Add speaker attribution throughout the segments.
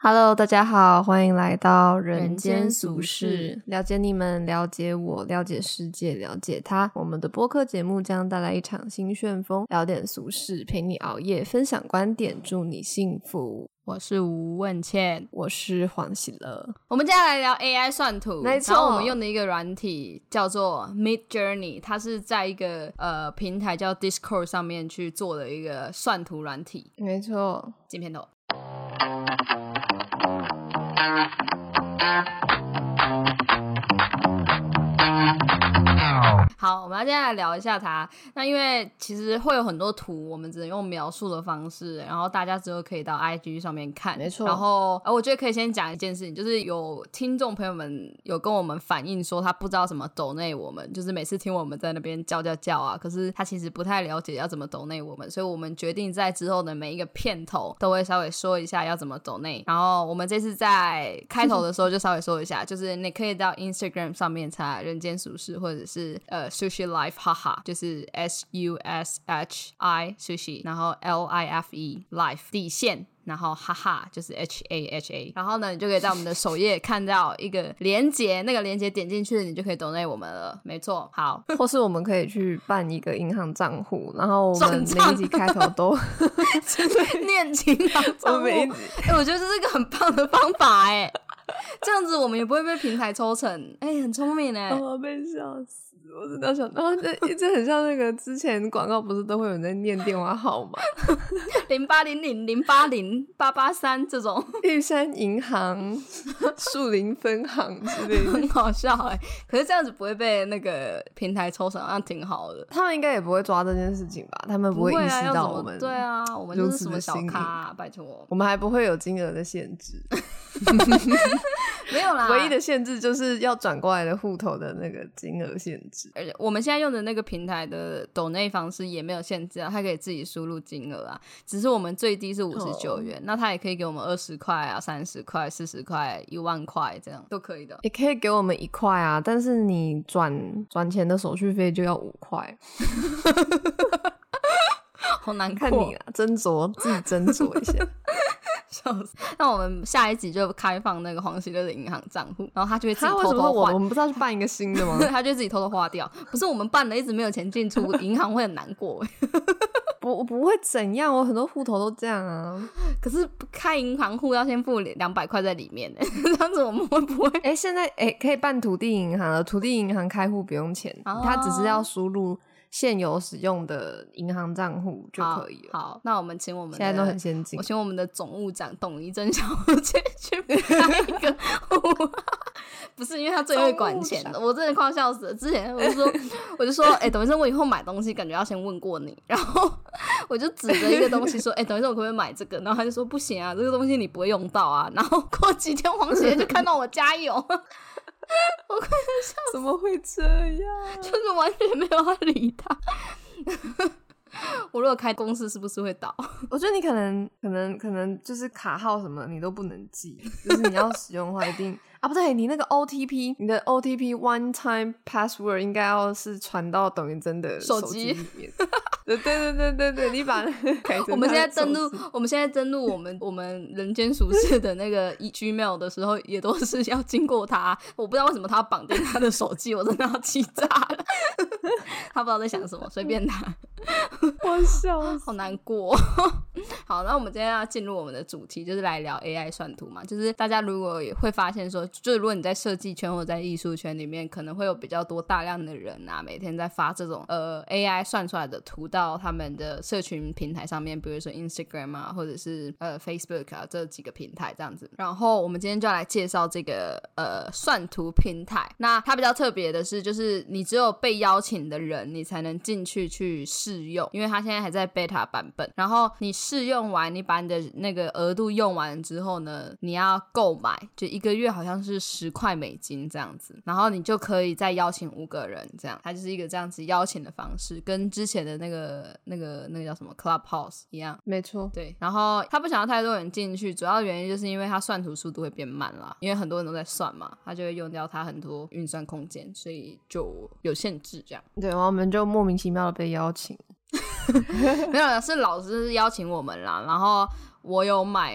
Speaker 1: Hello，大家好，欢迎来到人
Speaker 2: 人
Speaker 1: 间
Speaker 2: 间
Speaker 1: 俗
Speaker 2: 俗
Speaker 1: 世
Speaker 2: 世，
Speaker 1: 了解你们，了解我，了解世界，了解他。我们的播客节目将带来一场新旋风，聊点俗事，陪你熬夜，分享观点，祝你幸福。
Speaker 2: 我是吴问倩，
Speaker 1: 我是黄喜乐，
Speaker 2: 我们接下来聊 AI 算图，
Speaker 1: 没错
Speaker 2: 然后我们用的一个软体叫做 Mid Journey，它是在一个呃平台叫 Discord 上面去做的一个算图软体。
Speaker 1: 没错，
Speaker 2: 剪片头。好，我们要接下来聊一下它。那因为其实会有很多图，我们只能用描述的方式，然后大家之后可以到 IG 上面看，
Speaker 1: 没错
Speaker 2: 然后，呃，我觉得可以先讲一件事情，就是有听众朋友们有跟我们反映说，他不知道怎么抖内我们，就是每次听我们在那边叫叫叫啊，可是他其实不太了解要怎么抖内我们，所以我们决定在之后的每一个片头都会稍微说一下要怎么抖内。然后我们这次在开头的时候就稍微说一下， 就是你可以到 Instagram 上面查“人间俗事”或者是呃 “sushi life”，哈哈，就是 S U S H I sushi，然后 L I F E life 底线。然后哈哈，就是 H A H A，然后呢，你就可以在我们的首页看到一个连接，那个连接点进去，你就可以 donate 我们了。没错，好，
Speaker 1: 或是我们可以去办一个银行账户，然后我们
Speaker 2: 转
Speaker 1: 每
Speaker 2: 账
Speaker 1: 一集开头 都，
Speaker 2: 念经啊，
Speaker 1: 我
Speaker 2: 账户
Speaker 1: 每一 集
Speaker 2: 哎、我觉得这是一个很棒的方法哎、这样子我们也不会被平台抽成，哎、很聪明哎、
Speaker 1: 我被笑死，我真的要想到，这一直很像那个之前广告，不是都会有人在念电话号码，
Speaker 2: 零八零零零八零八八三这种
Speaker 1: 玉山银 行、树林分行之类的。
Speaker 2: 很好笑哎、可是这样子不会被那个平台抽成，好像挺好的。
Speaker 1: 他们应该也不会抓这件事情吧？他们
Speaker 2: 不
Speaker 1: 会
Speaker 2: 啊
Speaker 1: 意识
Speaker 2: 要
Speaker 1: 到
Speaker 2: 怎么
Speaker 1: 我们，
Speaker 2: 对，啊，我们
Speaker 1: 如
Speaker 2: 就是
Speaker 1: 此
Speaker 2: 什
Speaker 1: 的
Speaker 2: 么小
Speaker 1: 新颖
Speaker 2: 咖、啊，拜托，
Speaker 1: 我们还不会有金额的限制，
Speaker 2: 没有啦，
Speaker 1: 唯一的限制就是要转过来的户头的那个金额限制。
Speaker 2: 而且我们现在用的那个平台的抖内方式也没有限制啊，它可以自己输入金额啊，只是我们最低是五十九
Speaker 1: 哦
Speaker 2: 元，那它也可以给我们二十块啊、三十块、四十块、一万块这样都可以的。
Speaker 1: 也可以给我们一块啊，但是你转转钱的手续费就要五块，
Speaker 2: 好难啊
Speaker 1: 看
Speaker 2: 过
Speaker 1: 你啦，斟酌自己斟酌一 下。
Speaker 2: 笑死！那我们下一集就开放那个黄喜乐的银行账户，然后他就会自己
Speaker 1: 啊他为
Speaker 2: 偷
Speaker 1: 什么是
Speaker 2: 偷
Speaker 1: 我？我
Speaker 2: 换。
Speaker 1: 们不是要去办一个新的吗？
Speaker 2: 他就会自己偷偷花掉，不是我们办的，一直没有钱进出，银行会很难过。 欸
Speaker 1: 不，我不会怎样，我很多户头都这样啊。
Speaker 2: 可是开银行户要先付两百块在里面，欸 这样子我们会不会
Speaker 1: 哎、现在哎、可以办土地银行了，土地银行开户不用钱，
Speaker 2: 哦
Speaker 1: 它只是要输入现有使用的银行账户就可以了。
Speaker 2: 好。好，那我们请我们
Speaker 1: 现在都
Speaker 2: 的
Speaker 1: 很先进
Speaker 2: 我，请我们的总务长董一珍小姐去开一个户， 不是因为她最会管钱的，
Speaker 1: 总
Speaker 2: 我真的快要笑死了。之前我就说， 我就说，哎、董医生，我以后买东西感觉要先问过你。然后 我就指着一个东西说，哎、董医生，我可不可以买这个？然后他就说不行啊，这个东西你不会用到啊。然后过几天黄姐就看到我加油，
Speaker 1: 怎么会这样？
Speaker 2: 就是完全没有要理他。 我如果开公司是不是会倒？
Speaker 1: 我觉得你可能可能可能就是卡号什么的你都不能记，就是你要使用的话一定啊，不对，你那个 OTP，你的 OTP one time password 应该要是传到董云真的
Speaker 2: 手
Speaker 1: 机
Speaker 2: 机
Speaker 1: 里面。 对对对对对对，你把那个改成
Speaker 2: 我们
Speaker 1: 他
Speaker 2: 现在
Speaker 1: 的手
Speaker 2: 登录
Speaker 1: 机，
Speaker 2: 我们现在登录我们我们人间俗世的那个 e Gmail 的时候，也都是要经过他。我不知道为什么他要绑定他的手机，我真的要气炸了。 他不知道在想什么，随便他，
Speaker 1: 我笑死。
Speaker 2: 好难过。 好，那我们今天要进入我们的主题，就是来聊 AI 算图嘛。就是大家如果也会发现说，就是如果你在设计圈或者在艺术圈里面，可能会有比较多大量的人啊，每天在发这种呃 AI 算出来的图到他们的社群平台上面，比如说 Instagram 啊，或者是呃 Facebook 啊这几个平台这样子。然后我们今天就要来介绍这个呃算图平台。那它比较特别的是，就是你只有被邀请的人，你才能进去去试用，因为它现在还在 beta 版本。然后你试用完，你把你的那个额度用完之后呢，你要购买，就一个月好像是十块美金这样子，然后你就可以再邀请五个人，这样它就是一个这样子邀请的方式，跟之前的那个那个那个叫什么 Clubhouse 一样。
Speaker 1: 没错，
Speaker 2: 对，然后他不想要太多人进去，主要原因就是因为他算图速度会变慢啦，因为很多人都在算嘛，他就会用掉他很多运算空间，所以就有限制这样。
Speaker 1: 对，然后我们就莫名其妙的被邀请，
Speaker 2: 没有，是老师邀请我们啦，然后我有买，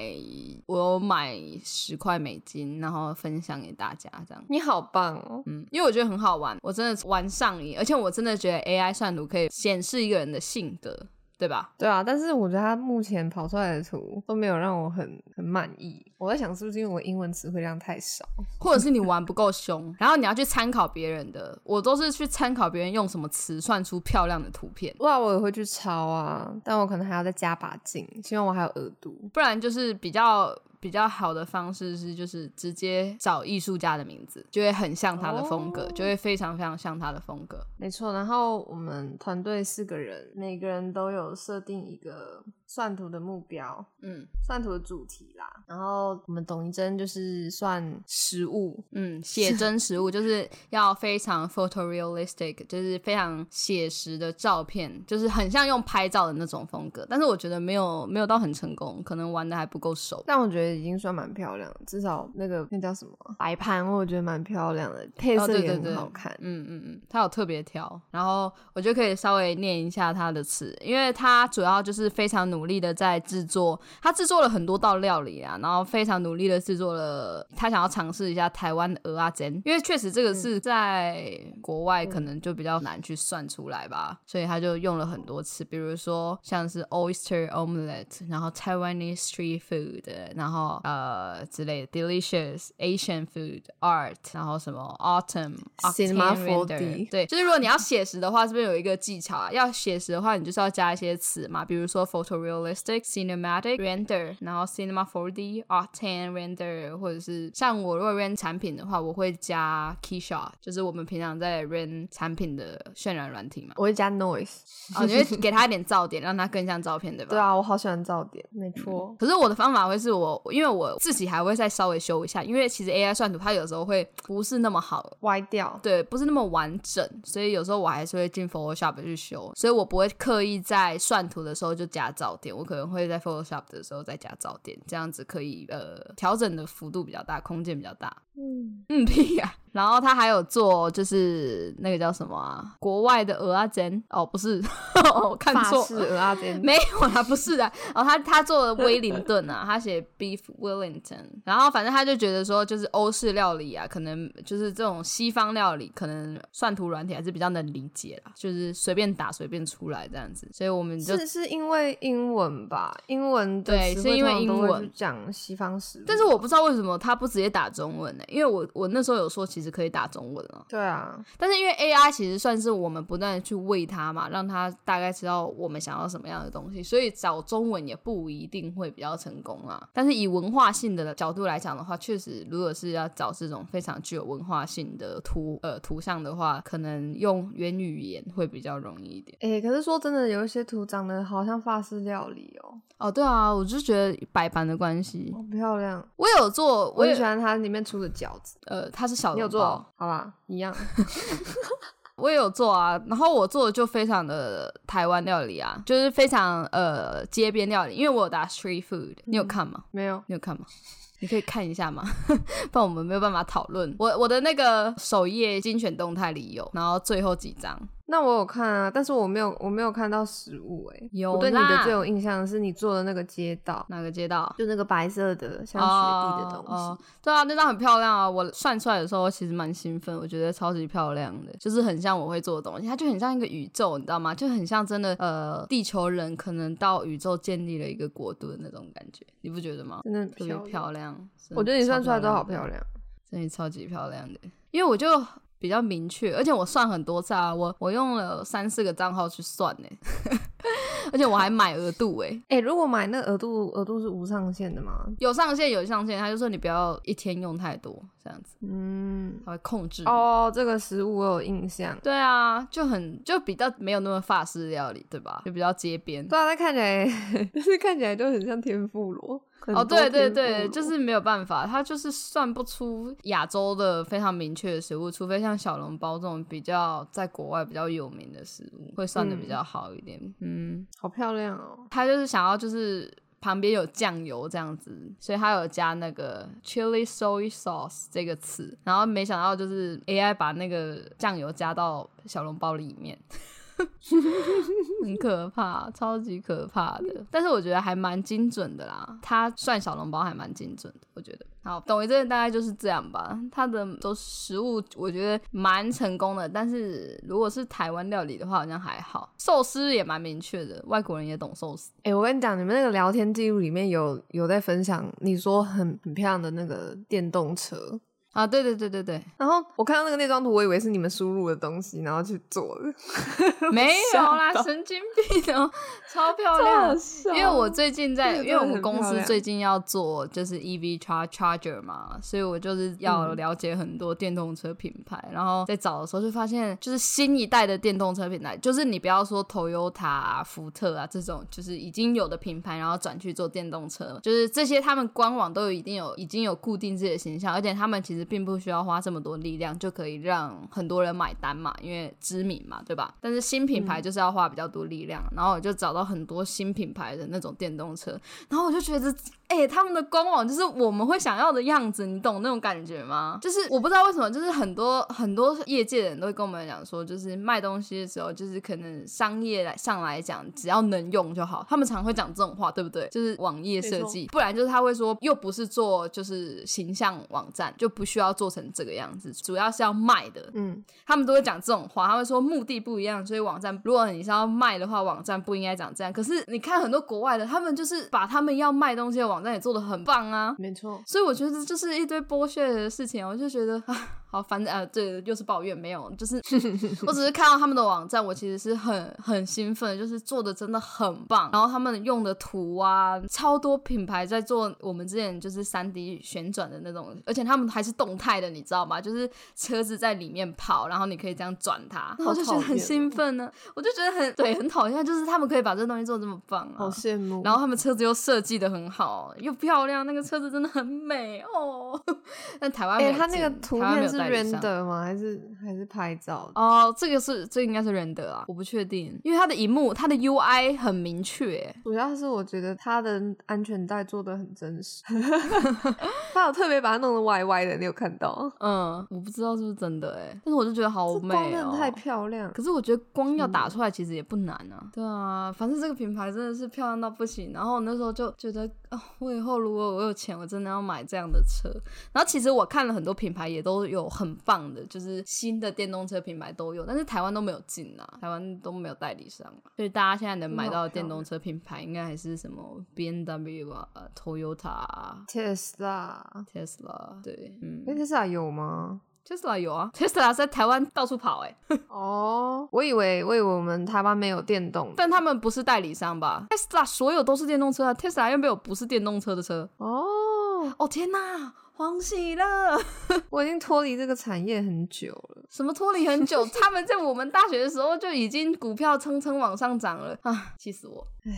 Speaker 2: 我有买十块美金，然后分享给大家这样。
Speaker 1: 你好棒哦！
Speaker 2: 嗯，因为我觉得很好玩，我真的玩上瘾，而且我真的觉得 AI 算图可以显示一个人的性格，对吧？
Speaker 1: 对啊，但是我觉得他目前跑出来的图都没有让我很很满意。我在想是不是因为我英文词汇量太少？
Speaker 2: 或者是你玩不够凶， 然后你要去参考别人的，我都是去参考别人用什么词算出漂亮的图片，
Speaker 1: 哇，我也会去抄啊，但我可能还要再加把劲，希望我还有额度。
Speaker 2: 不然就是比较。比较好的方式是，就是直接找艺术家的名字，就会很像他的风格
Speaker 1: 哦
Speaker 2: 就会非常非常像他的风格。
Speaker 1: 没错，然后我们团队四个人，每个人都有设定一个算图的目标，
Speaker 2: 嗯
Speaker 1: 算图的主题啦。然后我们董一真就是算食物，
Speaker 2: 嗯，写真实物就是要非常 photorealistic，就是非常写实的照片，就是很像用拍照的那种风格。但是我觉得没有没有到很成功，可能玩的还不够熟。
Speaker 1: 但我觉得已经算蛮漂亮的，至少那个那叫什么啊白盘，我觉得蛮漂亮的，配
Speaker 2: 哦
Speaker 1: 色
Speaker 2: 对
Speaker 1: 也
Speaker 2: 对
Speaker 1: 很
Speaker 2: 对
Speaker 1: 好看。
Speaker 2: 嗯嗯嗯，他有特别挑，然后我就可以稍微念一下他的词，因为他主要就是非常努力的在制作，他制作了很多道料理啊，然后非常努力的制作了，他想要尝试一下台湾的鹅啊煎，因为确实这个是在国外可能就比较难去算出来吧，所以他就用了很多词，比如说像是 oyster omelette，然后 Taiwanese street food，然后呃之类的 delicious Asian food art，然后什么 autumn
Speaker 1: Cinema
Speaker 2: Octane
Speaker 1: 4D
Speaker 2: 对，就是如果你要写实的话，这边有一个技巧啊，要写实的话，你就是要加一些词嘛，比如说 photorealistic、cinematic render，然后 cinema 4D、octane render，或者是像我如果 render 产品的话，我会加 keyshot，就是我们平常在 render 产品的渲染软体嘛，
Speaker 1: 我会加 noise，
Speaker 2: 哦，你会给它一点噪点，让它更像照片，对吧？
Speaker 1: 对啊，我好喜欢噪点，
Speaker 2: 嗯
Speaker 1: 没错。
Speaker 2: 可是我的方法会是我，因为我自己还会再稍微修一下，因为其实 AI 算图它有时候会不是那么好
Speaker 1: 歪掉，
Speaker 2: 对，不是那么完整，所以有时候我还是会进 Photoshop 去修，所以我不会刻意在算图的时候就加噪点，我可能会在 Photoshop 的时候再加噪点，这样子可以呃调整的幅度比较大，空间比较大。
Speaker 1: 嗯，
Speaker 2: 嗯， 屁呀、然后他还有做就是那个叫什么啊，国外的鹅啊煎哦，不是， 我看
Speaker 1: 法
Speaker 2: 错，
Speaker 1: 式鹅啊 煎，
Speaker 2: 没有啦，不是的。哦，他他做了威灵顿啊，他写 beef Wellington，然后反正他就觉得说，就是欧式料理啊，可能就是这种西方料理，可能算图软体还是比较能理解啦，就是随便打随便出来这样子。所以我们就是
Speaker 1: 是因为英文吧？英文的
Speaker 2: 对
Speaker 1: 词
Speaker 2: 是
Speaker 1: 汇
Speaker 2: 因为
Speaker 1: 通常都
Speaker 2: 英
Speaker 1: 会
Speaker 2: 文
Speaker 1: 去讲西方食物，
Speaker 2: 但是我不知道为什么他不直接打中文呢、欸因为我我那时候有说其实可以打中文啊，
Speaker 1: 对啊，
Speaker 2: 但是因为 AI 其实算是我们不断的去喂它嘛，让它大概知道我们想要什么样的东西，所以找中文也不一定会比较成功啊。但是以文化性的角度来讲的话，确实如果是要找这种非常具有文化性的图呃图像的话，可能用原语言会比较容易一点。
Speaker 1: 诶、可是说真的，有一些图长得好像法式料理哦，
Speaker 2: 哦，对啊，我就觉得白板的关系，
Speaker 1: 好漂亮。
Speaker 2: 我有做，
Speaker 1: 我
Speaker 2: 我
Speaker 1: 很喜
Speaker 2: 有
Speaker 1: 欢它里面出的饺子，
Speaker 2: 呃，它是小
Speaker 1: 你有
Speaker 2: 笼
Speaker 1: 做
Speaker 2: 包
Speaker 1: 哦？好啦，一样。
Speaker 2: 我也有做啊，然后我做的就非常的台湾料理啊，就是非常呃街边料理，因为我有打 street food，你有看吗？
Speaker 1: 没有，
Speaker 2: 你有看吗？你可以看一下吗？ 不然我们没有办法讨论。我我的那个首页精选动态里有，然后最后几张
Speaker 1: 那我有看啊，但是我没有，我没有看到食物诶、
Speaker 2: 有
Speaker 1: 我对你
Speaker 2: 啦
Speaker 1: 的最有印象的是你做的那个街道，
Speaker 2: 哪个街道？啊
Speaker 1: 就那个白色的像雪地的东西。
Speaker 2: 哦哦对啊，那张很漂亮啊！我算出来的时候其实蛮兴奋，我觉得超级漂亮的，就是很像我会做的东西，它就很像一个宇宙，你知道吗？就很像真的呃，地球人可能到宇宙建立了一个国度的那种感觉，你不觉得吗？
Speaker 1: 真的很
Speaker 2: 特别漂亮，真的
Speaker 1: 我觉得你
Speaker 2: 超
Speaker 1: 算出来都好
Speaker 2: 的
Speaker 1: 漂亮。
Speaker 2: 真的超级漂亮的，因为我就比较明确，而且我算很多次啊，我我用了三四个账号去算呢， 而且我还买额度哎，
Speaker 1: 诶、欸如果买那个额度，额度是无上限的吗？
Speaker 2: 有上限有上限，他就说你不要一天用太多这样子，
Speaker 1: 嗯，
Speaker 2: 他会控制。
Speaker 1: 哦，这个食物我有印象。
Speaker 2: 对啊，就很就比较没有那么法式料理，对吧？就比较街边。
Speaker 1: 对啊，它看起来 就是看起来就很像天妇罗。很
Speaker 2: 哦，
Speaker 1: 多
Speaker 2: 对对
Speaker 1: 天妇
Speaker 2: 对，
Speaker 1: 罗
Speaker 2: 就是没有办法，它就是算不出亚洲的非常明确的食物，除非像小笼包这种比较在国外比较有名的食物，会算的比较好一点。嗯，
Speaker 1: 好漂亮哦。
Speaker 2: 他就是想要就是旁边有酱油这样子，所以他有加那个 chili soy sauce 这个词，然后没想到就是 AI 把那个酱油加到小笼包里面。很可怕，超级可怕的。但是我觉得还蛮精准的啦，他算小笼包还蛮精准的，我觉得。好，董一真大概就是这样吧。他的都食物我觉得蛮成功的，但是如果是台湾料理的话，好像还好。寿司也蛮明确的，外国人也懂寿司。
Speaker 1: 哎、我跟你讲，你们那个聊天记录里面有有在分享，你说很很漂亮的那个电动车，
Speaker 2: 啊，对对对 对对，
Speaker 1: 然后我看到那个那张图，我以为是你们输入的东西，然后去做的，
Speaker 2: 没有啦
Speaker 1: 吓，到
Speaker 2: 神经病哦、 超漂
Speaker 1: 超
Speaker 2: 亮
Speaker 1: 好。笑
Speaker 2: 因为我最近在，
Speaker 1: 这个
Speaker 2: 因
Speaker 1: 真
Speaker 2: 为
Speaker 1: 的
Speaker 2: 我们
Speaker 1: 很
Speaker 2: 公
Speaker 1: 漂
Speaker 2: 司
Speaker 1: 亮
Speaker 2: 最近要做就是 EV char charger 嘛，所以我就是要
Speaker 1: 嗯
Speaker 2: 了解很多电动车品牌，然后在找的时候就发现，就是新一代的电动车品牌，就是你不要说 Toyota 啊、福特啊这种，就是已经有的品牌，然后转去做电动车，就是这些他们官网都有一定有已经有固定自己的形象，而且他们其实并不需要花这么多力量就可以让很多人买单嘛，因为知名嘛，对吧？但是新品牌就是要花比较多力量，然后我就找到很多新品牌的那种电动车，然后我就觉得，哎、他们的官网就是我们会想要的样子，你懂那种感觉吗？就是我不知道为什么，就是很多很多业界的人都会跟我们讲说，就是卖东西的时候，就是可能商业来上来讲，只要能用就好。他们常会讲这种话，对不对？就是网页设计，不然就是他会说，又不是做就是形象网站，就不需要做成这个样子，主要是要卖的。
Speaker 1: 嗯，
Speaker 2: 他们都会讲这种话，他们说目的不一样，所以网站如果你是要卖的话，网站不应该长这样。可是你看很多国外的，他们就是把他们要卖东西的网站也做得很棒啊。
Speaker 1: 没错，
Speaker 2: 所以我觉得就是一堆剥削的事情，我就觉得啊，好烦啊！对，又是抱怨，没有，就是 我只是看到他们的网站，我其实是很很兴奋，就是做的真的很棒。然后他们用的图啊，超多品牌在做我们之前就是三 D 旋转的那种，而且他们还是动态的，你知道吗？就是车子在里面跑，然后你可以这样转它，然后我就觉得
Speaker 1: 好讨
Speaker 2: 很
Speaker 1: 厌哦
Speaker 2: 兴奋呢、我就觉得很对，很讨厌，就是他们可以把这东西做得这么棒啊，
Speaker 1: 好羡慕。
Speaker 2: 然后他们车子又设计的很好，又漂亮，那个车子真的很美哦。 但台湾没
Speaker 1: 哎、欸，
Speaker 2: 有进，
Speaker 1: 他那个图
Speaker 2: 台湾没
Speaker 1: 片
Speaker 2: 有
Speaker 1: 是
Speaker 2: 代理商
Speaker 1: render 吗？还是还是拍照的？
Speaker 2: 哦，这个是这个应该是人的啊，我不确定，因为它的荧幕它的 UI 很明确，
Speaker 1: 主要是我觉得他的安全带做的很真实， 他有特别把它弄得歪歪的，你有看到？
Speaker 2: 嗯，我不知道是不是真的哎、但是我就觉得好
Speaker 1: 这
Speaker 2: 美
Speaker 1: 光
Speaker 2: 哦
Speaker 1: 亮，太漂亮，
Speaker 2: 可是我觉得光要打出来其实也不难啊。对啊，反正这个品牌真的是漂亮到不行。然后我那时候就觉得，哦，我以后如果我有钱，我真的要买这样的车。然后其实我看了很多品牌也都有很棒的，就是新的电动车品牌都有，但是台湾都没有进啊，台湾都没有代理商、啊。所以大家现在能买到的电动车品牌，应该还是什么 B N W 啊、Toyota 啊、
Speaker 1: Tesla，
Speaker 2: Tesla。对，嗯
Speaker 1: 那 Tesla 有吗？
Speaker 2: ，Tesla 有啊，Tesla 在台湾到处跑哎、
Speaker 1: 哦，我以为我以为我们台湾没有电动的
Speaker 2: 但他们不是代理商吧？Tesla 所有都是电动车啊，Tesla 又没有不是电动车的车。
Speaker 1: 哦，
Speaker 2: 哦天哪，黄喜乐，
Speaker 1: 我已经脱离这个产业很久了。
Speaker 2: 什么脱离 很久？他们在我们大学的时候就已经股票蹭蹭往上涨了啊，气死我！唉，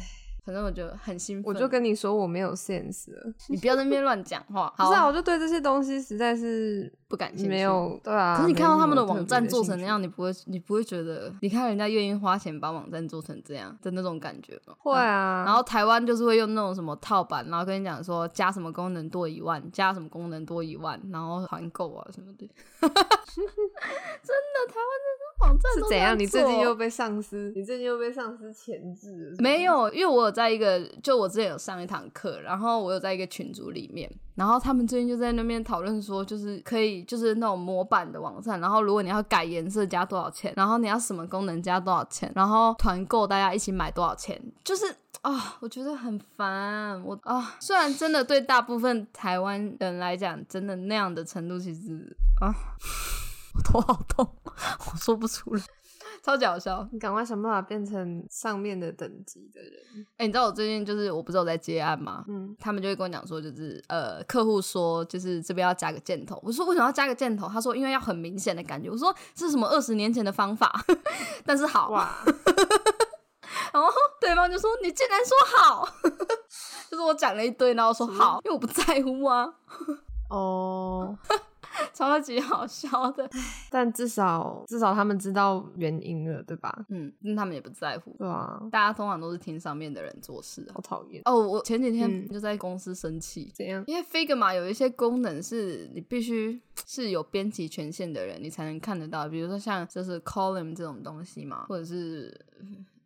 Speaker 2: 反正我觉得很兴奋。
Speaker 1: 我就跟你说我没有 sense 了，
Speaker 2: 你不要在那边乱讲 话，
Speaker 1: 不
Speaker 2: 好，
Speaker 1: 是啊，我就对这些东西实在是
Speaker 2: 不感兴趣。
Speaker 1: 没。有对啊。
Speaker 2: 可是你看到他们
Speaker 1: 没
Speaker 2: 的
Speaker 1: 有什么
Speaker 2: 网站
Speaker 1: 特别的
Speaker 2: 做成那
Speaker 1: 兴趣，
Speaker 2: 样，你不会，你不会觉得，你看人家愿意花钱把网站做成这样的那种感觉吗？
Speaker 1: 会啊，
Speaker 2: 嗯然后台湾就是会用那种什么套版，然后跟你讲说加什么功能多一万，加什么功能多一万，然后团购啊什么的。真 的，台湾这种网站
Speaker 1: 是
Speaker 2: 都
Speaker 1: 怎样？
Speaker 2: 这
Speaker 1: 你最近
Speaker 2: 做
Speaker 1: 又被上司，你最近又被上司钳制了？
Speaker 2: 没有，因为我有在一个，就我之前有上一堂课，然后我有在一个群组里面，然后他们最近就在那边讨论说，就是可以就是那种模板的网站，然后如果你要改颜色加多少钱，然后你要什么功能加多少钱，然后团购大家一起买多少钱，就是。啊、我觉得很烦。我啊、虽然真的对大部分台湾人来讲，真的那样的程度，其实啊， 我头好痛，我说不出来，超级好笑。
Speaker 1: 你赶快想办法变成上面的等级的人。
Speaker 2: 哎、你知道我最近就是我不是有在接案吗？
Speaker 1: 嗯，
Speaker 2: 他们就会跟我讲说，就是呃，客户说就是这边要加个箭头。我说为什么要加个箭头？他说因为要很明显的感觉。我说这是什么二十年前的方法， 但是好，
Speaker 1: 哇，
Speaker 2: 然后对方就说你竟然说好， 就是我讲了一堆，然后说好，因为我不在乎啊，
Speaker 1: 哦，
Speaker 2: 超级好笑的。
Speaker 1: 但至少至少他们知道原因了，对吧？
Speaker 2: 嗯，但他们也不在乎，
Speaker 1: 对啊，
Speaker 2: 大家通常都是听上面的人做事啊。
Speaker 1: 好讨厌，
Speaker 2: 哦，我前几天
Speaker 1: 嗯
Speaker 2: 就在公司生气，
Speaker 1: 怎样？
Speaker 2: 因为 Figma 有一些功能是你必须是有编辑权限的人，你才能看得到。比如说像就是 column 这种东西嘛，或者是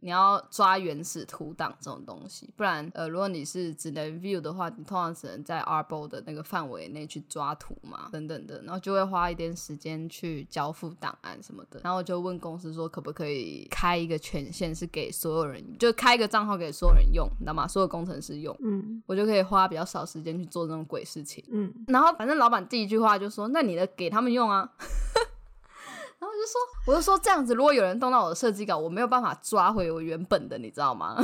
Speaker 2: 你要抓原始图档这种东西，不然呃，如果你是只能 view 的话，你通常只能在 Arbo 的那个范围内去抓图嘛，等等的，然后就会花一点时间去交付档案什么的。然后我就问公司说，可不可以开一个权限是给所有人，就开一个账号给所有人用，你知道吗？所有工程师用，
Speaker 1: 嗯
Speaker 2: 我就可以花比较少时间去做这种鬼事情。
Speaker 1: 嗯，
Speaker 2: 然后反正老板第一句话就说：“那你的给他们用啊。” 然后我就说，我就说这样子，如果有人动到我的设计稿，我没有办法抓回我原本的，你知道吗？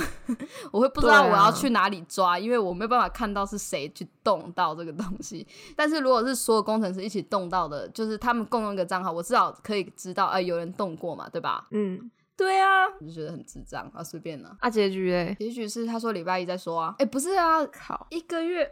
Speaker 2: 我会不知道我
Speaker 1: 对啊
Speaker 2: 要去哪里抓，因为我没有办法看到是谁去动到这个东西。但是如果是所有工程师一起动到的，就是他们共用一个账号，我至少可以知道，哎、有人动过嘛，对吧？
Speaker 1: 嗯，
Speaker 2: 对啊，我就觉得很智障啊，随便了。
Speaker 1: 啊，结局哎，
Speaker 2: 也许是他说礼拜一再说啊，哎、不是啊，
Speaker 1: 靠，
Speaker 2: 一个月，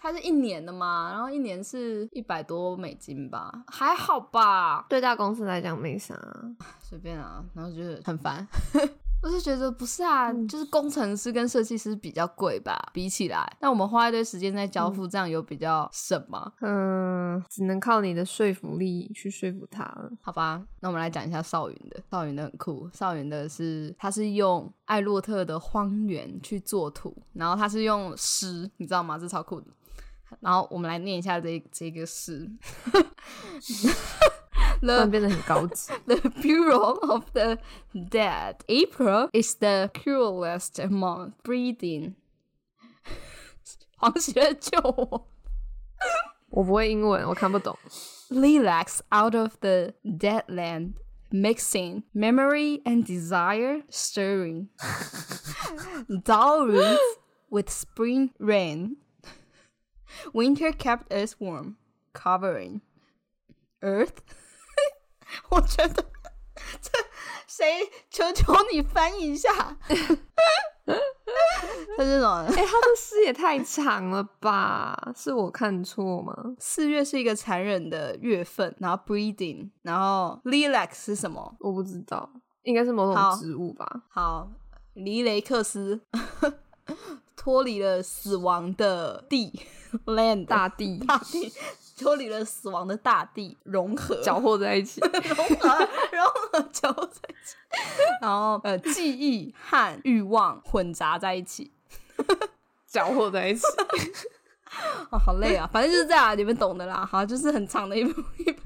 Speaker 2: 它是一年的嘛，然后一年是一百多美金吧，还好吧，
Speaker 1: 对大公司来讲没啥啊，
Speaker 2: 随便啊，然后就是很烦。 我就觉得不是啊，就是工程师跟设计师比较贵吧，比起来，那我们花一堆时间在交付，这样有比较省吗？
Speaker 1: 嗯，只能靠你的说服力去说服他了。
Speaker 2: 好吧，那我们来讲一下少云的。少云的很酷，少云的是他是用艾洛特的荒原去做图，然后他是用诗，你知道吗？这超酷的。然后我们来念一下这这个诗
Speaker 1: 突
Speaker 2: ：The
Speaker 1: 然变得很高级，
Speaker 2: the Bureau of the Dead. April is the cruelest month. Breathing，黄血救我。
Speaker 1: 我不会英文，我看不懂。
Speaker 2: lilacs out of the dead land, mixing memory and desire, stirring dull roots with spring rain. Winter kept us warm, covering earth. 我觉得 这谁求求你翻译一下， 他这种。
Speaker 1: 哎、他的诗也太长了吧？是我看错吗？
Speaker 2: 四月是一个残忍的月份，然后 breeding，然后 lilac 是什么？
Speaker 1: 我不知道，应该是某
Speaker 2: 好
Speaker 1: 种植物吧？
Speaker 2: 好，离雷克斯脱离了死亡的地 land
Speaker 1: 大地
Speaker 2: 大地，脱离了死亡的大地，融合
Speaker 1: 搅和在一起，
Speaker 2: 融合融合交在一起，然后呃记忆和欲望混杂在一起。
Speaker 1: 搅和在一起。
Speaker 2: 哦，好累啊，反正就是这样啊，你们懂的啦。好，就是很长的一部一部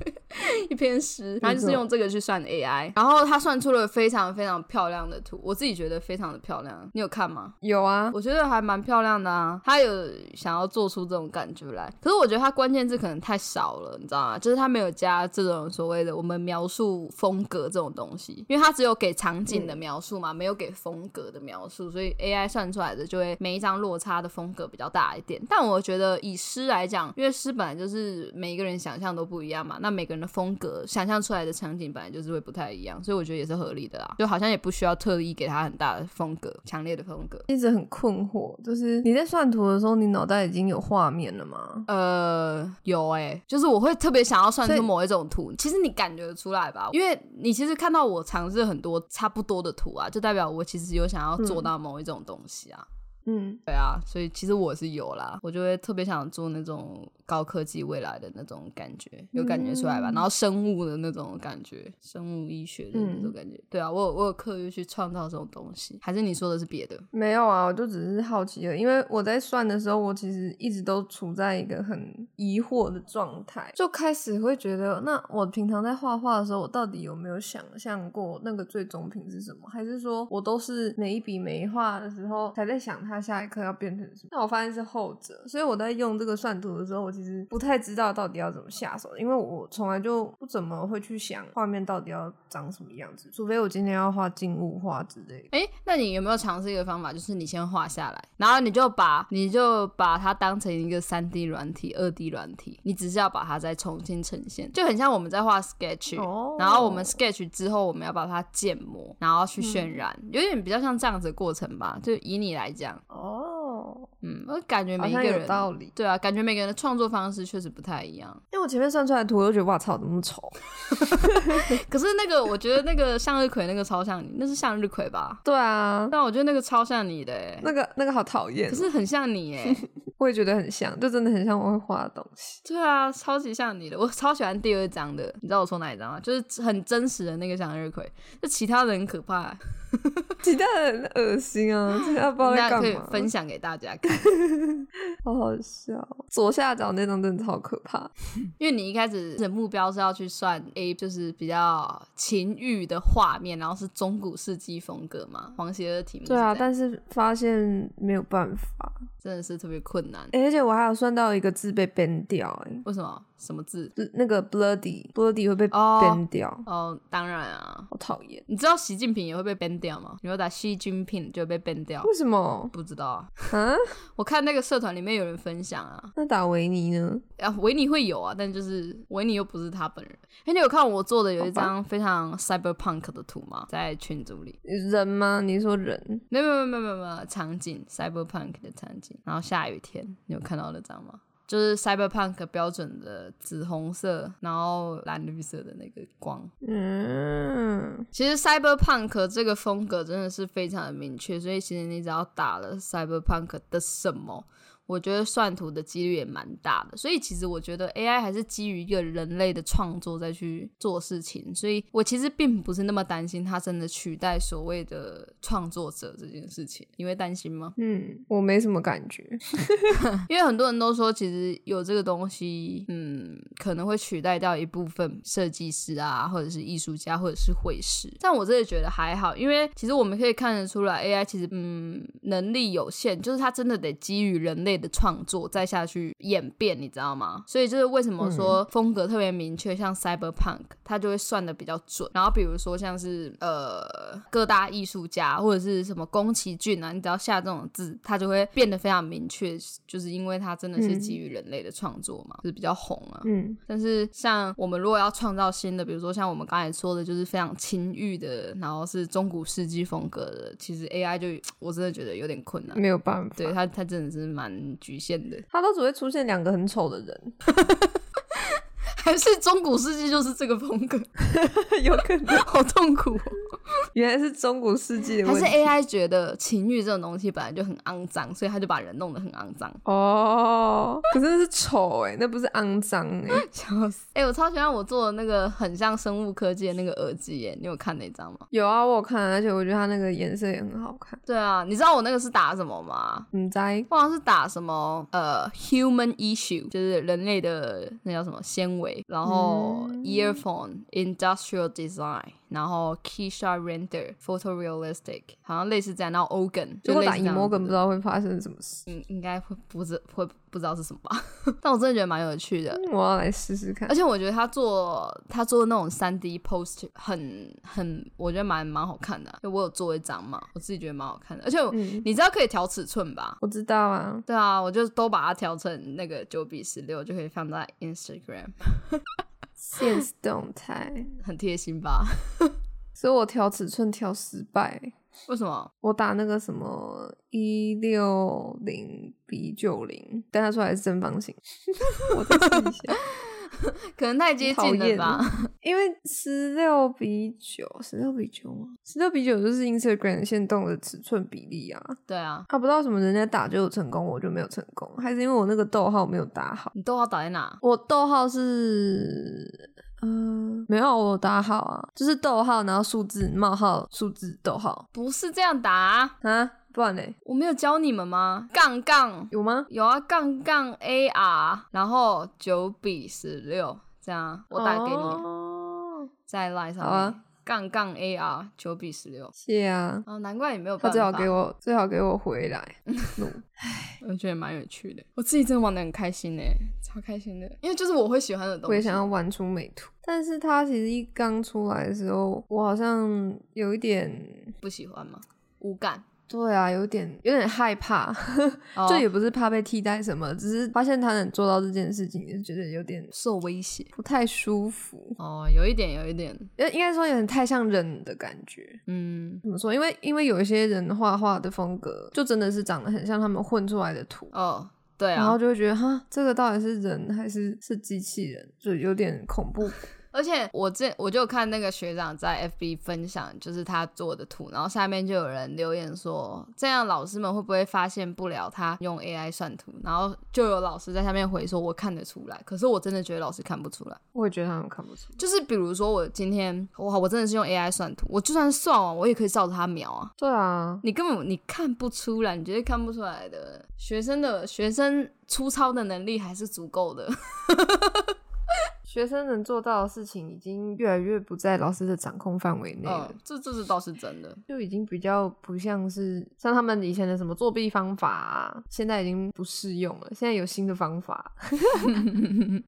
Speaker 2: 一篇诗，然后就是用这个去算 AI，然后他算出了非常非常漂亮的图，我自己觉得非常的漂亮。你有看吗？
Speaker 1: 有啊，
Speaker 2: 我觉得还蛮漂亮的啊，他有想要做出这种感觉来，可是我觉得他关键字可能太少了，你知道吗？就是他没有加这种所谓的我们描述风格这种东西，因为他只有给场景的描述嘛，没有给风格的描述，所以 AI 算出来的就会每一张落差的风格比较大一点。但我觉得以诗来讲，因为诗本来就是每一个人想象都不一样嘛，那每个人的风格想象出来的场景本来就是会不太一样，所以我觉得也是合理的啦，就好像也不需要特意给他很大的风格，强烈的风格。
Speaker 1: 一直很困惑，就是你在算图的时候，你脑袋已经有画面了吗？
Speaker 2: 呃，有哎、就是我会特别想要算
Speaker 1: 所以
Speaker 2: 出某一种图，其实你感觉得出来吧？因为你其实看到我尝试很多差不多的图啊，就代表我其实有想要做到某一种东西啊。
Speaker 1: 嗯，
Speaker 2: 对啊，所以其实我是有啦，我就会特别想做那种高科技未来的那种感觉，有感觉出来吧？
Speaker 1: 嗯
Speaker 2: 然后生物的那种感觉，生物医学的
Speaker 1: 嗯
Speaker 2: 那种感觉，对啊，我有我有刻意去创造这种东西，还是你说的是别的？
Speaker 1: 没有啊，我就只是好奇而已。因为我在算的时候，我其实一直都处在一个很疑惑的状态，就开始会觉得，那我平常在画画的时候，我到底有没有想象过那个最终品是什么？还是说我都是每一笔每一画的时候才在想它下一刻要变成什么？那我发现是后者，所以我在用这个算图的时候，我其实不太知道到底要怎么下手，因为我从来就不怎么会去想画面到底要长什么样子，除非我今天要画静物画之类的。
Speaker 2: 哎，那你有没有尝试一个方法，就是你先画下来，然后你就把你就把它当成一个三 D 软体、二 D 软体，你只是要把它再重新呈现，就很像我们在画 Sketch，、
Speaker 1: 哦
Speaker 2: 然后我们 Sketch 之后，我们要把它建模，然后去
Speaker 1: 嗯
Speaker 2: 渲染，有点比较像这样子的过程吧。就以你来讲，
Speaker 1: 哦，
Speaker 2: 嗯，我感觉
Speaker 1: 好
Speaker 2: 每一个
Speaker 1: 像有
Speaker 2: 人
Speaker 1: 道理。
Speaker 2: 对啊，感觉每个人的创作方式确实不太一样。
Speaker 1: 因为我前面算出来的图，我就觉得哇操，怎么那么丑？
Speaker 2: 可是那个，我觉得那个向日葵那个超像你，那是向日葵吧？
Speaker 1: 对啊，
Speaker 2: 但我觉得那个超像你的、欸，
Speaker 1: 那个那个好讨厌
Speaker 2: 可。是很像你耶，欸
Speaker 1: 我也觉得很像，就真的很像我会画的东西。
Speaker 2: 对啊，超级像你的，我超喜欢第二张的。你知道我说哪一张吗？就是很真实的那个向日葵，就其他的很可怕、
Speaker 1: 其他人很恶心啊，其他不知道在
Speaker 2: 大家
Speaker 1: 干
Speaker 2: 可以
Speaker 1: 嘛，
Speaker 2: 分享给大家看。
Speaker 1: 好好笑哦。左下角那张真的超可怕，
Speaker 2: 因为你一开始的目标是要去算 A，就是比较情欲的画面，然后是中古世纪风格嘛，黄邪的题目是
Speaker 1: 对啊，
Speaker 2: 这样
Speaker 1: 但是发现没有办法，
Speaker 2: 真的是特别困难。
Speaker 1: 诶而且我还有算到一个字被 ban 掉、诶
Speaker 2: 为什么？什么字？
Speaker 1: 就是那个 bloody bloody 会被
Speaker 2: 哦
Speaker 1: ban 掉，
Speaker 2: 哦，当然啊，
Speaker 1: 好讨厌。
Speaker 2: 你知道习近平也会被 ban 掉吗？你会打习近平就会被 ban 掉，
Speaker 1: 为什么
Speaker 2: 不知道啊。
Speaker 1: 啊？
Speaker 2: 我看那个社团里面有人分享啊，
Speaker 1: 那打维尼呢？
Speaker 2: 啊，维尼会有啊，但就是维尼又不是他本人。哎、你有看我做的有一张非常 cyberpunk 的图吗？在群组里，
Speaker 1: 人吗？你说人？
Speaker 2: 没有没有没有没有没有场景 cyberpunk 的场景，然后下雨天，你有看到那张吗？就是 cyberpunk 标准的紫红色，然后蓝绿色的那个光。
Speaker 1: 嗯，
Speaker 2: 其实 cyberpunk 这个风格真的是非常的明确，所以其实你只要打了 cyberpunk 的什么，我觉得算图的几率也蛮大的。所以其实我觉得 AI 还是基于一个人类的创作再去做事情，所以我其实并不是那么担心它真的取代所谓的创作者这件事情。你会担心吗？
Speaker 1: 嗯，我没什么感觉。
Speaker 2: 因为很多人都说，其实有这个东西，嗯，可能会取代掉一部分设计师啊，或者是艺术家，或者是绘师。但我真的觉得还好，因为其实我们可以看得出来，AI 其实嗯能力有限，就是它真的得基于人类的创作再下去演变，你知道吗？所以就是为什么说风格特别明确，像 Cyberpunk，它就会算的比较准。然后比如说像是呃各大艺术家或者是什么宫崎骏啊，你只要下这种字，它就会变得非常明确，就是因为它真的是
Speaker 1: 嗯
Speaker 2: 基于人类的创作嘛，就是比较红啊。
Speaker 1: 嗯
Speaker 2: 但是像我们如果要创造新的，比如说像我们刚才说的，就是非常情欲的，然后是中古世纪风格的，其实 AI 就我真的觉得有点困难。
Speaker 1: 没有办法。
Speaker 2: 对它，它真的是蛮局限的。
Speaker 1: 他都只会出现两个很丑的人，
Speaker 2: 还是中古世纪就是这个风格，
Speaker 1: 有可能
Speaker 2: 好痛苦、哦
Speaker 1: 原来是中古世纪的
Speaker 2: 还
Speaker 1: 问
Speaker 2: 是
Speaker 1: 题。
Speaker 2: AI 觉得情欲这种东西本来就很肮脏，所以他就把人弄得很肮脏。
Speaker 1: 哦，可是那是丑哎、那不是肮脏哎、
Speaker 2: 笑死！哎、我超喜欢我做的那个很像生物科技的那个耳机耶，你有看那张吗？
Speaker 1: 有啊，我有看，而且我觉得它那个颜色也很好看。
Speaker 2: 对啊，你知道我那个是打什么吗？
Speaker 1: 嗯，在
Speaker 2: 我好像是打什么呃 human issue，就是人类的那叫什么纤维，然后
Speaker 1: 嗯
Speaker 2: earphone industrial design，然后 Keisha render photorealistic，好像类似这样，然后 organ，
Speaker 1: 如果打
Speaker 2: 一
Speaker 1: emoji 不知道会发生什么事，
Speaker 2: 嗯，应该会不知会不知道是什么吧， 但我真的觉得蛮有趣的。
Speaker 1: 我要来试试看
Speaker 2: 而。且我觉得他做他做那种三 D post 很很，我觉得蛮蛮好看的啊、因为我有做一张嘛，我自己觉得蛮好看的。而且我、
Speaker 1: 嗯，
Speaker 2: 你知道可以调尺寸吧？
Speaker 1: 我知道 啊，
Speaker 2: 对啊，我就都把它调成那个九比十六，就可以放在 Instagram，
Speaker 1: 现实动态，
Speaker 2: 很贴心吧？
Speaker 1: 所以我调尺寸调失败、欸
Speaker 2: 为什么？
Speaker 1: 我打那个什么一六零比九零，但它出来是正方形。 我再试一下，
Speaker 2: 可能 太接近了吧？
Speaker 1: 因为十六比九，十六比九吗？十六比九就是 Instagram 限动的尺寸比例啊。
Speaker 2: 对啊，
Speaker 1: 啊，不知道为什么人家打就有成功，我就没有成功，还是因为我那个逗号没有打好。
Speaker 2: 你逗号打在哪？
Speaker 1: 我逗号是，嗯、没有，我有打好啊，就是逗号，然后数字冒号数字逗号
Speaker 2: 不是这样打啊、
Speaker 1: 啊，不然嘞，
Speaker 2: 我没有教你们吗？杠杠。
Speaker 1: 有吗？
Speaker 2: 有啊，杠杠 AR，然后九比十六这样啊，我打给你、
Speaker 1: 哦
Speaker 2: 在 Line 上
Speaker 1: 好
Speaker 2: 面
Speaker 1: 啊，
Speaker 2: 杠杠 AR 九比十六。
Speaker 1: 谢啊，
Speaker 2: 啊，难怪你没有
Speaker 1: 他
Speaker 2: 办法。
Speaker 1: 最好给我最好给我回 来。怒
Speaker 2: 我觉得蛮有趣的。我自己真的玩的很开心呢，欸超开心的。因为就是我会喜欢的东西。
Speaker 1: 我也想要玩出美图，但是它其实一刚出来的时候，我好像有一点，
Speaker 2: 不喜欢吗？无感。
Speaker 1: 对啊，有点有点害怕，
Speaker 2: 哦
Speaker 1: 就也不是怕被替代什么，只是发现他能做到这件事情，就觉得有点
Speaker 2: 受威胁。
Speaker 1: 不太舒服，
Speaker 2: 哦，有一点，有一点，
Speaker 1: 呃，应该说有点太像人的感觉。
Speaker 2: 嗯，
Speaker 1: 怎么说？因为因为有一些人画画的风格，就真的是长得很像他们混出来的图，
Speaker 2: 哦，对
Speaker 1: 然后
Speaker 2: 啊，
Speaker 1: 就会觉得哈，这个到底是人还是是机器人，就有点恐怖。
Speaker 2: 而且我这我就有看那个学长在 FB 分享，就是他做的图，然后下面就有人留言说，这样老师们会不会发现不了他用 AI 算图？然后就有老师在下面回说，我看得出来，可是我真的觉得老师看不出来。
Speaker 1: 我也觉得他们看不出来。
Speaker 2: 就是比如说我今天哇，我真的是用 AI 算图，我就算算完，我也可以照着它描啊。
Speaker 1: 对啊，
Speaker 2: 你根本你看不出来，你绝对看不出来的。学生的学生粗糙的能力还是足够的。
Speaker 1: 学生能做到的事情已经越来越不在老师的掌控范围内了。
Speaker 2: 嗯，这这是倒是真的。
Speaker 1: 就已经比较不像是像他们以前的什么作弊方法、啊，现在已经不适用了。现在有新的方法，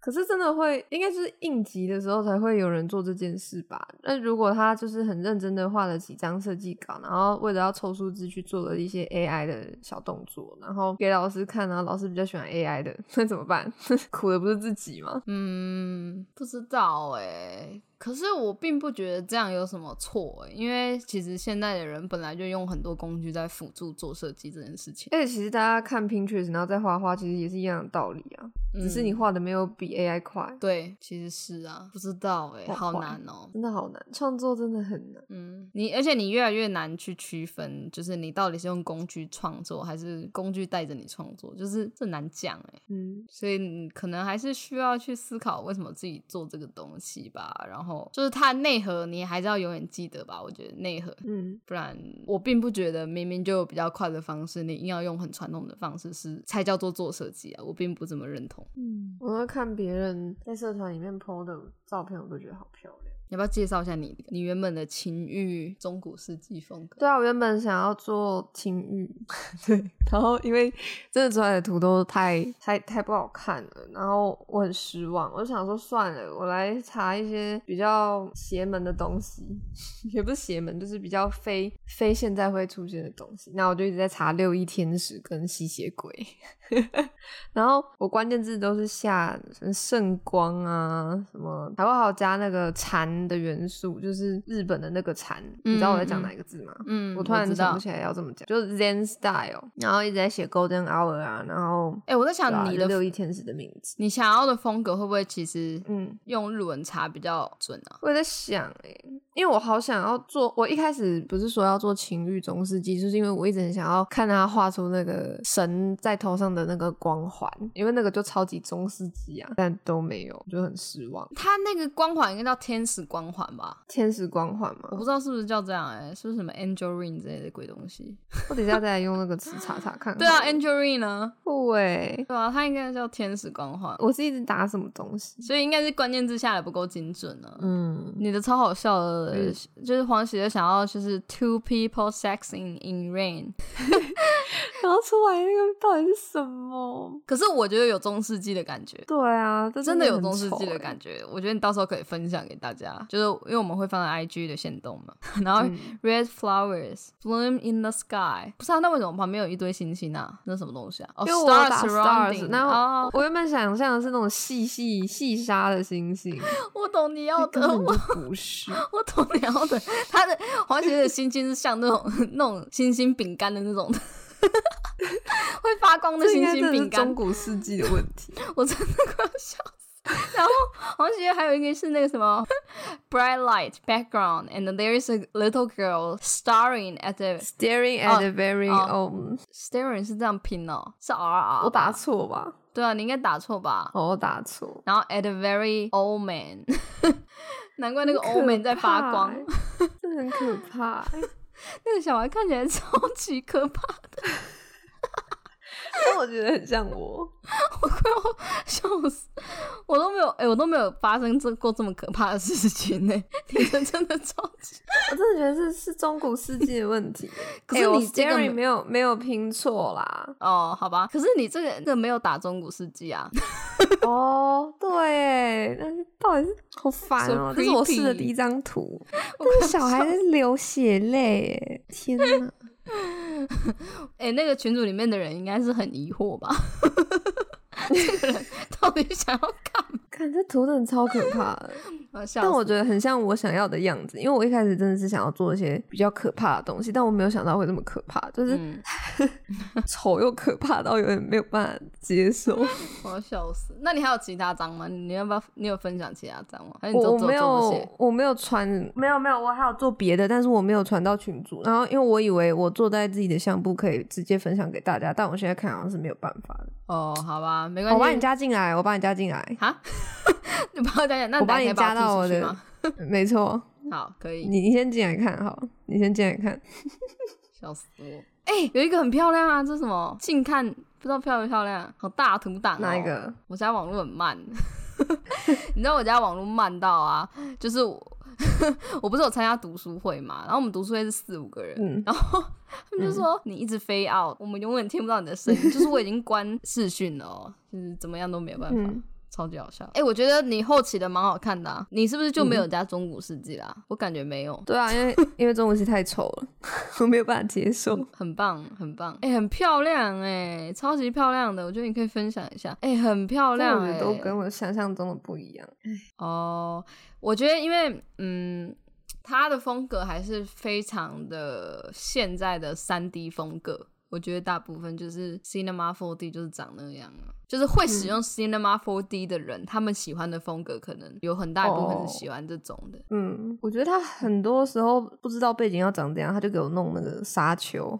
Speaker 1: 可是真的会，应该就是应急的时候才会有人做这件事吧？那如果他就是很认真的画了几张设计稿，然后为了要凑数字去做了一些 AI 的小动作，然后给老师看，然后老师比较喜欢 AI 的， 那怎么办？苦的不是自己吗？
Speaker 2: 嗯，不知道哎、可是我并不觉得这样有什么错欸、因为其实现在的人本来就用很多工具在辅助做设计这件事情，
Speaker 1: 而且其实大家看 Pinterest，然后再画画，其实也是一样的道理啊，只是你
Speaker 2: 嗯
Speaker 1: 画的没有比 AI 快。
Speaker 2: 对，其实是啊，不知道哎、
Speaker 1: 坏
Speaker 2: 好
Speaker 1: 坏
Speaker 2: 难哦、
Speaker 1: 真的好难，创作真的很难。
Speaker 2: 嗯，你而且你越来越难去区分，就是你到底是用工具创作还是工具带着你创作，就是这难讲哎、
Speaker 1: 嗯，
Speaker 2: 所以你可能还是需要去思考为什么自己做这个东西吧。然后就是它的内核，你还是要永远记得吧。我觉得内核，
Speaker 1: 嗯，
Speaker 2: 不然我并不觉得明明就有比较快的方式，你硬要用很传统的方式是才叫做做设计啊。我并不这么认同。
Speaker 1: 嗯，我在看别人在社团里面 PO 的照片，我都觉得好漂亮。
Speaker 2: 你要不要介绍一下你你原本的情欲中古世纪风格？
Speaker 1: 对啊，我原本想要做情欲， 对，然后因为真的出来的图都太太太不好看了，然后我很失望，我就想说算了，我来查一些比较邪门的东西， 也不是邪门，就是比较非非现在会出现的东西。那我就一直在查六一天使跟吸血鬼， 然后我关键字都是下什么圣光啊，什么还会还有加那个禅的元素，就是日本的那个禅，你知道我在讲哪一个字吗？
Speaker 2: 嗯
Speaker 1: 我突然
Speaker 2: 知
Speaker 1: 想
Speaker 2: 道
Speaker 1: 不。起来要这么讲，就是 Zen Style，然后一直在写 Golden Hour 啊，然后
Speaker 2: 哎、我在
Speaker 1: 对啊
Speaker 2: 想你
Speaker 1: 就
Speaker 2: 的、
Speaker 1: 六一天使的名字，
Speaker 2: 你想要的风格会不会其实
Speaker 1: 嗯，
Speaker 2: 用日文查比较准啊？
Speaker 1: 我也在想哎、因为我好想要做，我一开始不是说要做情欲中世纪，就是因为我一直很想要看他画出那个神在头上的那个光环，因为那个就超级中世纪啊，但都没有，我就很失望。
Speaker 2: 它那个光环应该叫天使光环吧？
Speaker 1: 天使光环
Speaker 2: 我
Speaker 1: 嘛，
Speaker 2: 不知道是不是叫这样哎、是不是什么 Angel Ring 之类的鬼东西？
Speaker 1: 我等一下再来用那个词查查看好了。
Speaker 2: 对啊，Angel Ring 呢？
Speaker 1: 酷哎，
Speaker 2: 对啊，它应该叫天使光环，
Speaker 1: 我是一直打什么东西？
Speaker 2: 所以应该是关键字下的不够精准啊。
Speaker 1: 嗯，
Speaker 2: 你的超好笑的，
Speaker 1: 嗯
Speaker 2: 就是黄喜就想要就是 two people sexing in rain，
Speaker 1: 然后出来那个到底是什么？
Speaker 2: 可是我觉得有中世纪的感觉，
Speaker 1: 对啊，这
Speaker 2: 真
Speaker 1: 的
Speaker 2: 的有
Speaker 1: 很
Speaker 2: 中世
Speaker 1: 丑
Speaker 2: 纪的
Speaker 1: 欸
Speaker 2: 感觉。我觉得你到时候可以分享给大家，就是因为我们会放在 IG 的线动嘛。然后
Speaker 1: 嗯
Speaker 2: Red flowers bloom in the sky，不是啊？那为什么旁边有一堆星星啊？那什么东西啊？哦、
Speaker 1: 因为我有
Speaker 2: stars
Speaker 1: 打
Speaker 2: surrounding，
Speaker 1: stars，然后
Speaker 2: 哦，
Speaker 1: 我原本想象的是那种细细细沙的星星，
Speaker 2: 我懂你要
Speaker 1: 那 根
Speaker 2: 的，
Speaker 1: 本
Speaker 2: 哦我
Speaker 1: 就不 是。
Speaker 2: 我懂你要的。 他的黄姐的星星是像那种 那种星星饼干的那种。 会发光的
Speaker 1: 这应
Speaker 2: 星
Speaker 1: 该
Speaker 2: 星
Speaker 1: 真的
Speaker 2: 饼
Speaker 1: 是中
Speaker 2: 干，
Speaker 1: 古世纪的问 题。
Speaker 2: 我真的快要笑死。然后黄姐还有一个是那个什么 bright light background and there is a little girl staring at the
Speaker 1: Staring at the very
Speaker 2: 哦
Speaker 1: own，
Speaker 2: staring 是这样拼哦，是 R R。
Speaker 1: 我打错吧？
Speaker 2: 对啊，你应该打错吧？
Speaker 1: 哦，我打错。
Speaker 2: 然后 at a very old man，难怪那个
Speaker 1: 很
Speaker 2: old
Speaker 1: 可
Speaker 2: man 哦在发
Speaker 1: 怕
Speaker 2: 光，
Speaker 1: 欸这很可怕 欸。
Speaker 2: 那个小孩看起来超级可怕，
Speaker 1: 但我觉得很像我。
Speaker 2: 我快要笑死！我都没有，哎、我都没有发生这过这么可怕的事情呢、你的真的超级，
Speaker 1: 我真的觉得是是中古世纪的问题。
Speaker 2: 可是
Speaker 1: 欸我
Speaker 2: 你这个
Speaker 1: staring
Speaker 2: 没。
Speaker 1: 没有没有拼错啦
Speaker 2: 哦，好吧，可是你这个这个没有打中古世纪啊，
Speaker 1: 哦，对欸，那是到 底是好烦
Speaker 2: So
Speaker 1: 哦。这是我试的
Speaker 2: creepy
Speaker 1: 第一张图。
Speaker 2: 我快要
Speaker 1: 小孩在流血泪耶，天 哪！
Speaker 2: 哎、那个群组里面的人应该是很疑惑吧？ 这个人到底想要干嘛？
Speaker 1: 看这图真的超可怕的，
Speaker 2: 笑死
Speaker 1: 但我觉得很像我想要的样子，因为我一开始真的是想要做一些比较可怕的东西，但我没有想到会这么可怕，就是
Speaker 2: 嗯，
Speaker 1: 丑又可怕到有点没有办法接 受。
Speaker 2: 我要笑死。那你还有其他张吗？你要不要？你有分享其他张吗？还是你
Speaker 1: 我
Speaker 2: 都
Speaker 1: 我
Speaker 2: 做
Speaker 1: 没
Speaker 2: 做这些
Speaker 1: 有？我没有传，没有没有，我还有做别的，但是我没有传到群组。然后因为我以为我做在自己的相簿可以直接分享给大家，但我现在看好像是没有办法的。
Speaker 2: 哦，好吧，没
Speaker 1: 我把
Speaker 2: 关
Speaker 1: 你
Speaker 2: 系。
Speaker 1: 加进来，我把你加进 来，
Speaker 2: 啊，你帮我加点，那
Speaker 1: 我
Speaker 2: 你
Speaker 1: 把
Speaker 2: 打
Speaker 1: 你
Speaker 2: 开
Speaker 1: 加到我
Speaker 2: 踢出去
Speaker 1: 的
Speaker 2: 吗？
Speaker 1: 没错。
Speaker 2: 好，可以。
Speaker 1: 你你先进来看好，你先进来看。
Speaker 2: 笑死我！哎、有一个很漂亮啊，这是什么？近看不知道漂不漂亮，好大图档、哦。
Speaker 1: 哪一？个？
Speaker 2: 我家网络很慢， 你知道我家网络慢到啊，就是我 我不是有参加读书会嘛，然后我们读书会是四五个人，
Speaker 1: 嗯
Speaker 2: 然后他们就说、你一直飞 out，我们永远听不到你 的声音，就是我已经关视讯了、哦，就是怎么样都没有办法。
Speaker 1: 嗯
Speaker 2: 超级好笑！哎、我觉得你后期的蛮好看的、啊，你是不是就
Speaker 1: 嗯
Speaker 2: 没有加中古世纪啦？我感觉没有，
Speaker 1: 对啊，因为因为中文系太丑了， 我没有办法接受。
Speaker 2: 很棒，很棒，哎、很漂亮、哎，超级漂亮的，我觉得你可以分享一下，哎、很漂亮、
Speaker 1: 我觉
Speaker 2: 哎，
Speaker 1: 得都跟我想象中的不一样。
Speaker 2: 哦，我觉得因为嗯，他的风格还是非常的现在的三 D 风格。我觉得大部分就是 Cinema 4D 就是长那样啊，就是会使
Speaker 1: 嗯
Speaker 2: 用 Cinema 4D 的人，他们喜欢的风格可能有很大一部分
Speaker 1: 哦
Speaker 2: 是喜欢这种的。
Speaker 1: 嗯，我觉得他很多时候不知道背景要长怎样，他就给我弄那个沙丘，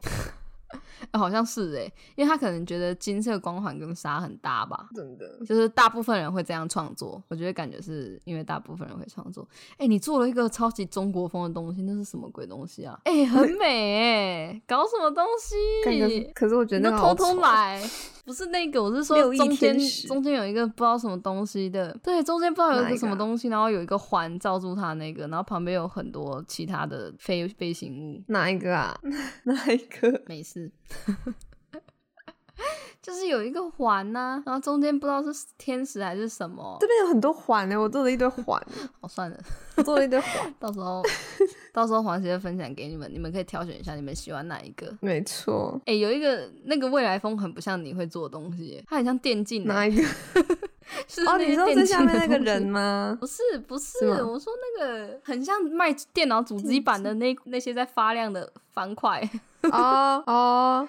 Speaker 2: 哎好像是哎、因为他可能觉得金色光环跟沙很搭吧，
Speaker 1: 真的。
Speaker 2: 就是大部分人会这样创作，我觉得感觉是因为大部分人会创作。哎、你做了一个超级中国风的东西，那是什么鬼东西啊？哎、很美哎、搞什么东
Speaker 1: 感觉
Speaker 2: 西？
Speaker 1: 可是我觉
Speaker 2: 你
Speaker 1: 得
Speaker 2: 都
Speaker 1: 那个
Speaker 2: 偷
Speaker 1: 好
Speaker 2: 偷
Speaker 1: 丑，
Speaker 2: 来，不是那个，我是说
Speaker 1: 六翼
Speaker 2: 中间
Speaker 1: 天使
Speaker 2: 中间有一个不知道什么东西的，对，中间不知道有一
Speaker 1: 哪一
Speaker 2: 个
Speaker 1: 个
Speaker 2: 什么
Speaker 1: 啊
Speaker 2: 东西，然后有一个环罩住它那个，然后旁边有很多其他的飞飞行物，
Speaker 1: 哪一个啊？ 哪一个？
Speaker 2: 没事。 就是有一个环呐、然后中间不知道是天使还是什么，
Speaker 1: 这边有很多环欸呢，我做了一堆环，
Speaker 2: 哦，算了，
Speaker 1: 我做了一堆环，
Speaker 2: 到 时候到时候黄先生分享给你们，你们可以挑选一下你们喜欢哪一个。
Speaker 1: 没 错。
Speaker 2: 哎、有一个那个未来风很不像你会做的东西耶，它很像电竞欸、
Speaker 1: 哪一个？
Speaker 2: 是
Speaker 1: 哦，
Speaker 2: 那
Speaker 1: 你
Speaker 2: 些
Speaker 1: 说
Speaker 2: 电
Speaker 1: 最
Speaker 2: 竞
Speaker 1: 下面
Speaker 2: 的
Speaker 1: 那个
Speaker 2: 东西
Speaker 1: 人？吗？
Speaker 2: 不是不是，
Speaker 1: 是吗
Speaker 2: 我说那个很像卖电脑主机版的那 那些在发亮的方块，
Speaker 1: 哦哦，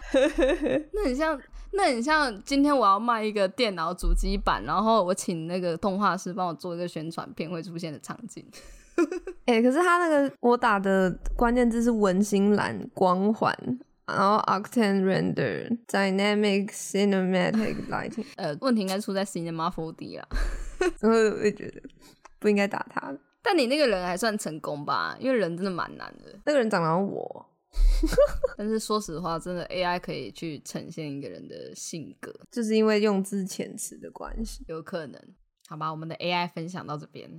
Speaker 2: 那很像。那很像今天我要卖一个电脑主机版，然后我请那个动画师帮我做一个宣传片会出现的场景。
Speaker 1: 哎、可是他那个我打的关键字是文心蓝光环，然后 Octane Render Dynamic Cinematic Lighting，
Speaker 2: 呃，问题应该出在 Cinema 4D 啦。
Speaker 1: 然后我就觉得不应该打他。。
Speaker 2: 但你那个人还算成功吧，因为人真的蛮难的
Speaker 1: 那个人长得像我，
Speaker 2: 但是说实话，真的 AI 可以去呈现一个人的性格，
Speaker 1: 就是因为用字遣词的关系。
Speaker 2: 有可能。好吧，我们的 AI 分享到这边，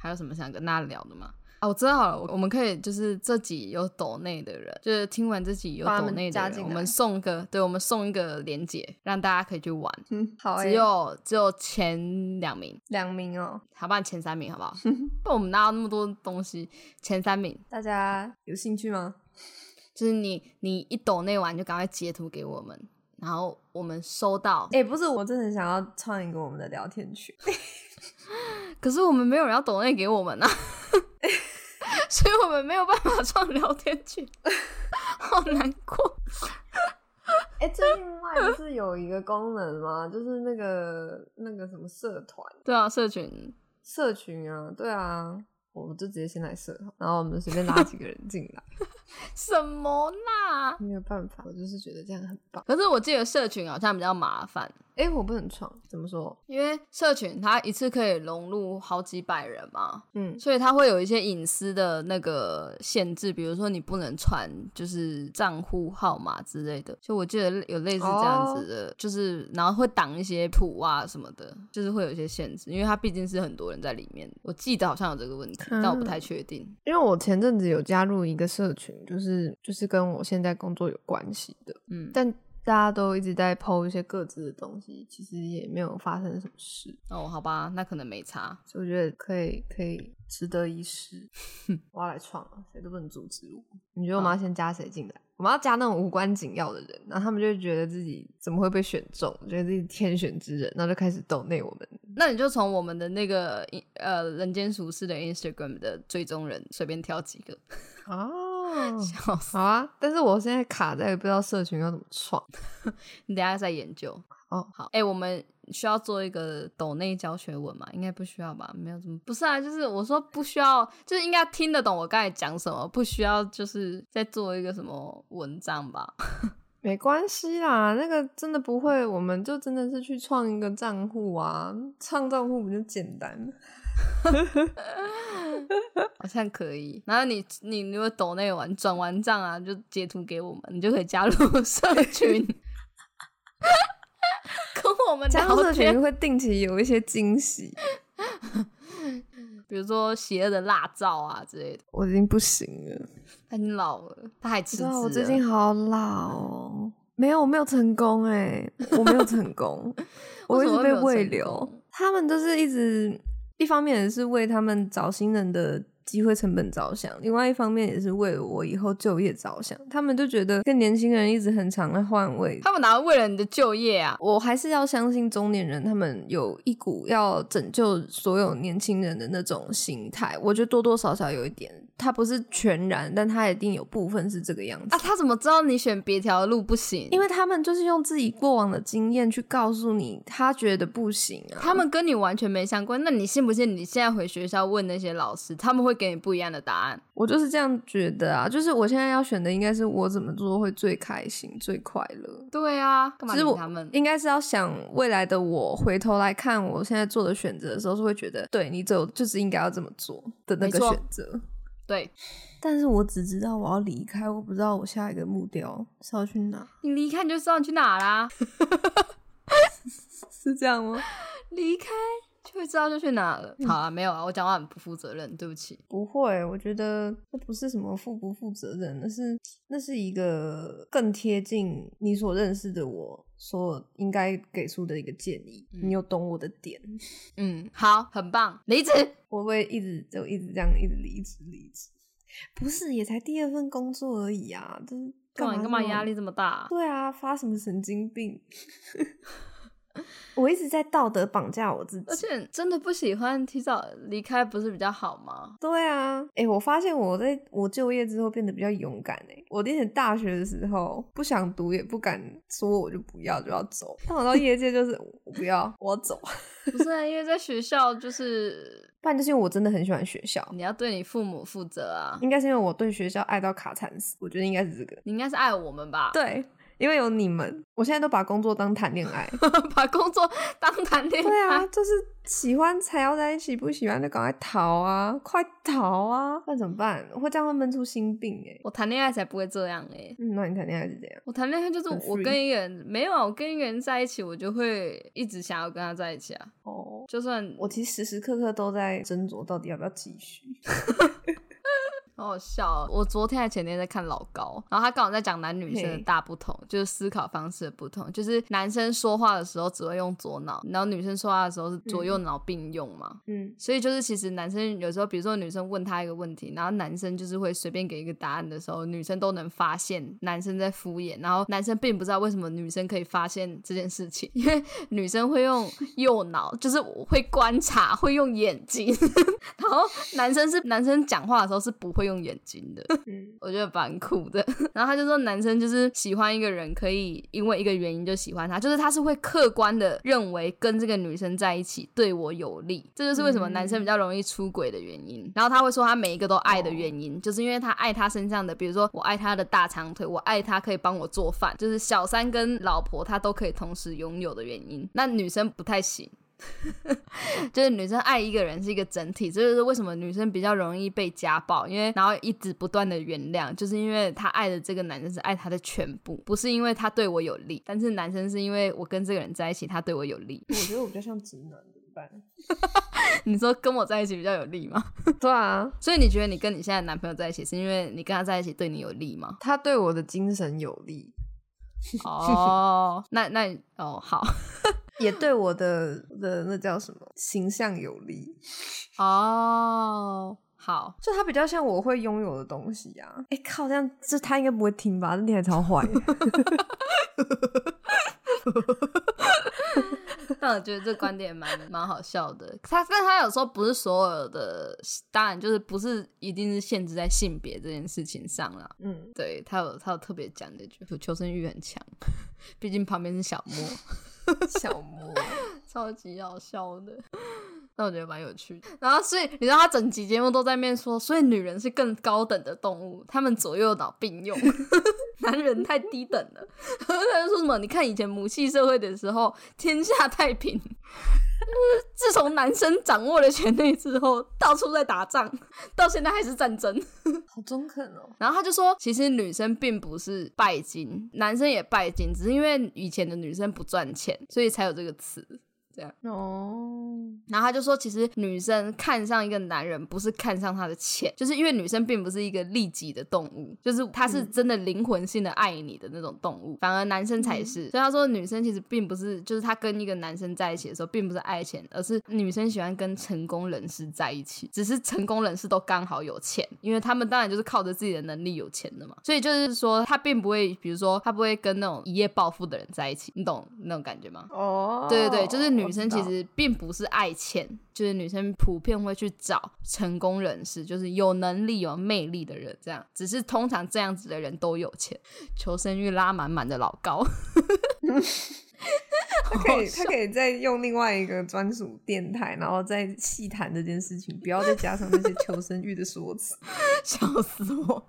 Speaker 2: 还有什么想跟大家聊的吗？哦，我知道了，我我们可以就是这集有抖内的人，就是听完这集有
Speaker 1: 把他
Speaker 2: 抖
Speaker 1: 们
Speaker 2: 内的
Speaker 1: 加
Speaker 2: 人，
Speaker 1: 进
Speaker 2: 我
Speaker 1: 来
Speaker 2: 们送个，对我们送一个连结，让大家可以去玩。
Speaker 1: 嗯，好、欸，
Speaker 2: 只有只有前两名，
Speaker 1: 两名哦。
Speaker 2: 好吧，前三名好不好？不，我们拿到那么多东西，前三名
Speaker 1: 大家有兴趣吗？
Speaker 2: 就是你你一抖内完就赶快截图给我们，然后我们收到。
Speaker 1: 哎、不是，我真的很想要创一个我们的聊天区。
Speaker 2: 可是我们没有人要抖内给我们啊， 所以我们没有办法创聊天群， 好难过。
Speaker 1: 哎、最近外不是有一个功能吗？就是那个那个什么社团。
Speaker 2: 对啊，社群
Speaker 1: 社群啊，对啊，我就直接先来社，然后我们随便拉几个人进来，
Speaker 2: 什么啦？
Speaker 1: 没有办法，我就是觉得这样很棒。
Speaker 2: 可是我记得社群好像比较麻烦，
Speaker 1: 哎、我不能创，怎么说？
Speaker 2: 因为社群它一次可以融入好几百人嘛，
Speaker 1: 嗯，
Speaker 2: 所以它会有一些隐私的那个限制，比如说你不能传就是账户号码之类的。就我记得有类似这样子的，就是然后会挡一些谱啊什么的，就是会有一些限制，因为它毕竟是很多人在里面。我记得好像有这个问题，
Speaker 1: 嗯
Speaker 2: 但我不太确定。
Speaker 1: 因为我前阵子有加入一个社群，就是就是跟我现在工作有关系的，
Speaker 2: 嗯，
Speaker 1: 但大家都一直在剖一些各自的东西，其实也没有发生什么事，
Speaker 2: 哦，好吧，那可能没差。
Speaker 1: 所以我觉得可以可以值得一 试。我要来创了，谁都不能阻止我。你觉得我们要先加谁进来？我们要加那种无关紧要的人，然后他们就会觉得自己怎么会被选中，觉得自己天选之人，然后就开始斗内我们。
Speaker 2: 那你就从我们的那个呃人间俗世的 Instagram 的追踪人随便挑几个，
Speaker 1: 哦，
Speaker 2: 笑死！
Speaker 1: 好啊，但是我现在卡在不知道社群要怎么创。
Speaker 2: 你等一下再研究。
Speaker 1: 哦，
Speaker 2: 好，哎、我们需要做一个抖内教学文嘛？应该不需要吧？没有怎么不是啊？就是我说不需要，就是应该听得懂我刚才讲什么，不需要就是再做一个什么文章吧？
Speaker 1: 没关系啦，那个真的不会，我们就真的是去创一个账户啊，创账户不就简单了？
Speaker 2: 好像可以。然后你你如果抖内完转完账啊，就截图给我们，你就可以加入 社群，跟我们
Speaker 1: 加入
Speaker 2: 聊
Speaker 1: 社
Speaker 2: 天
Speaker 1: 群会定期有一些惊喜，
Speaker 2: 比如说邪恶的辣照啊之类的。
Speaker 1: 我已经不行了，
Speaker 2: 他已经老了，他还辞职
Speaker 1: 对啊，
Speaker 2: 了。
Speaker 1: 我最近好老哦，没有，我没有成功哎、我没有成 功，我
Speaker 2: 为
Speaker 1: 一
Speaker 2: 什
Speaker 1: 直被
Speaker 2: 么会没有
Speaker 1: 喂
Speaker 2: 成
Speaker 1: 流
Speaker 2: 功，
Speaker 1: 他们就是一直一方面是为他们找新人的。机会成本着想，另外一方面也是为我以后就业着想。他们就觉得跟年轻人一直很常在换位，
Speaker 2: 他们哪会为了你的就业啊？
Speaker 1: 我还是要相信中年人，他们有一股要拯救所有年轻人的那种心态。我觉得多多少少有一点，他不是全然，但他一定有部分是这个样子。
Speaker 2: 啊，他怎么知道你选别条路不行？
Speaker 1: 因为他们就是用自己过往的经验去告诉你，他觉得不行啊。
Speaker 2: 他们跟你完全没相关。那你信不信？你现在回学校问那些老师，他们会给你不一样的答案。
Speaker 1: 我就是这样觉得啊，就是我现在要选的应该是我怎么做会最开心、最快乐。
Speaker 2: 对啊，干嘛
Speaker 1: 其实
Speaker 2: 理
Speaker 1: 我
Speaker 2: 他们？
Speaker 1: 应该是要想未来的我，回头来看我现在做的选择的时候，是会觉得对你走就是应该要这么做的那
Speaker 2: 没
Speaker 1: 个
Speaker 2: 错
Speaker 1: 选择。
Speaker 2: 对
Speaker 1: 但是我只知道我要离开，我不知道我下一个目标是要去哪，
Speaker 2: 你离开你就知道你去哪啦，
Speaker 1: 是这样吗？
Speaker 2: 离开就会知道就去哪了。 好啊，没有啊，我讲话很不负责任，对不起。
Speaker 1: 不会，我觉得那不是什么负不负责任，那是那是一个更贴近你所认识的我所应该给出的一个建议。
Speaker 2: 嗯
Speaker 1: 你有懂我的点，
Speaker 2: 嗯，好，很棒，离职。
Speaker 1: 我会一直就一直这样一直离职离职，不是也才第二份工作而已啊，就是
Speaker 2: 干嘛
Speaker 1: 嘛
Speaker 2: 干嘛
Speaker 1: 这么
Speaker 2: 压力这么大啊、
Speaker 1: 对啊，发什么神经病？ 我一直在道德绑架我自己
Speaker 2: 而。且真的不喜欢提早离开，不是比较好 吗？
Speaker 1: 对啊，哎、我发现我在我就业之后变得比较勇敢哎、我之前大学的时候不想读，也不敢说我就不要就要走，但我到业界就是我不要，我要走。
Speaker 2: 不是、啊，因为在学校就是
Speaker 1: 不然就是因为我真的很喜欢学校，
Speaker 2: 你要对你父母负责啊，
Speaker 1: 应该是因为我对学校爱到卡惨死，我觉得应该是这个。
Speaker 2: 你应该是爱我们 吧？
Speaker 1: 对，因为有你们，我现在都把工作当谈恋 爱。
Speaker 2: 把工作当谈恋
Speaker 1: 对
Speaker 2: 爱。
Speaker 1: 啊，就是喜欢才要在一起，不喜欢就赶快逃啊，快逃啊！那怎么办？会这样会闷出心病哎、
Speaker 2: 我谈恋爱才不会这样哎、
Speaker 1: 嗯，那你谈恋爱是怎样？
Speaker 2: 我谈恋爱就是
Speaker 1: 很
Speaker 2: 我
Speaker 1: free
Speaker 2: 跟一个人没有啊，我跟一个人在一起，我就会一直想要跟他在一起啊。
Speaker 1: 哦、
Speaker 2: 就算
Speaker 1: 我其实时时刻刻都在斟酌到底要不要继续。
Speaker 2: 好好笑哦、我昨天还前天在看老高，然后他刚好在讲男女生的
Speaker 1: 嘿
Speaker 2: 大不同，就是思考方式的不同，就是男生说话的时候只会用左脑，然后女生说话的时候是左右脑并用嘛。
Speaker 1: 嗯，
Speaker 2: 所以就是，其实男生有时候，比如说女生问他一个问题，然后男生就是会随便给一个答案的时候，女生都能发现男生在敷衍，然后男生并不知道为什么女生可以发现这件事情，因为女生会用右脑，就是会观察，会用眼睛， 然后男生是男生讲话的时候是不会用眼睛的，
Speaker 1: 嗯
Speaker 2: 我觉得蛮酷的。 然后他就说，男生就是喜欢一个人，可以因为一个原因就喜欢他，就是他是会客观的认为跟这个女生在一起对我有利，这就是为什么男生比较容易出轨的原因。然后他会说他每一个都爱的原因，就是因为他爱他身上的，比如说我爱他的大长腿，我爱他可以帮我做饭，就是小三跟老婆他都可以同时拥有的原因。那女生不太行。 就是女生爱一个人是一个整体，这就是为什么女生比较容易被家暴，因为然后一直不断的原谅，就是因为她爱的这个男生是爱她的全部，不是因为他对我有利，但是男生是因为我跟这个人在一起，他对我有利。
Speaker 1: 我觉得我比较像直男，怎么办？
Speaker 2: 你说跟我在一起比较有利吗？
Speaker 1: 对啊，
Speaker 2: 所以你觉得你跟你 现在的男朋友在一起，是因为你跟他在一起对你有利吗？
Speaker 1: 他对我的精神有利，
Speaker 2: 哦，那那哦好
Speaker 1: 也对我的的那叫什么形象有利，
Speaker 2: 哦好，
Speaker 1: 就它比较像我会拥有的东西啊。哎、靠，这样这他应该不会听吧？那你还超坏，
Speaker 2: 但我觉得这观点蛮蛮好笑的。他但他有时候不是所有的，当然就是不是一定是限制在性别这件事情上啦。
Speaker 1: 嗯，
Speaker 2: 对他有他有特别讲这句，求生欲很强，毕竟旁边是小莫。
Speaker 1: 小魔，
Speaker 2: 超级好笑的。那我觉得蛮有趣的。然后，所以你知道他整集节目都在面说，所以女人是更高等的动物，他们左右脑并用， 男人太低等了。 然后他就说什么？你看以前母系社会的时候，天下太平。 就是自从男生掌握了权力之后，到处在打仗，到现在还是战争。
Speaker 1: 好中肯哦。
Speaker 2: 然后他就说，其实女生并不是拜金，男生也拜金，只是因为以前的女生不赚钱，所以才有这个词。
Speaker 1: 哦，
Speaker 2: 然后他就说，其实女生看上一个男人，不是看上他的钱，就是因为女生并不是一个利己的动物，就是她是真的灵魂性的爱你的那种动物，反而男生才是。所以他说，女生其实并不是，就是她跟一个男生在一起的时候，并不是爱钱，而是女生喜欢跟成功人士在一起，只是成功人士都刚好有钱，因为他们当然就是靠着自己的能力有钱的嘛。所以就是说，他并不会，比如说他不会跟那种一夜暴富的人在一起，你懂那种感觉吗？
Speaker 1: 哦，
Speaker 2: 对对对，就是女生其
Speaker 1: 我知道
Speaker 2: 实并不是爱钱，就是女生普遍会去找成功人士，就是有能力、有魅力的人，这样。只是通常这样子的人都有钱，求生欲拉满满的老高。
Speaker 1: 他可以，他可以再用另外一个专属电台，然后再细谈这件事情，不要再加上那些求生欲的说辞。
Speaker 2: 笑死我！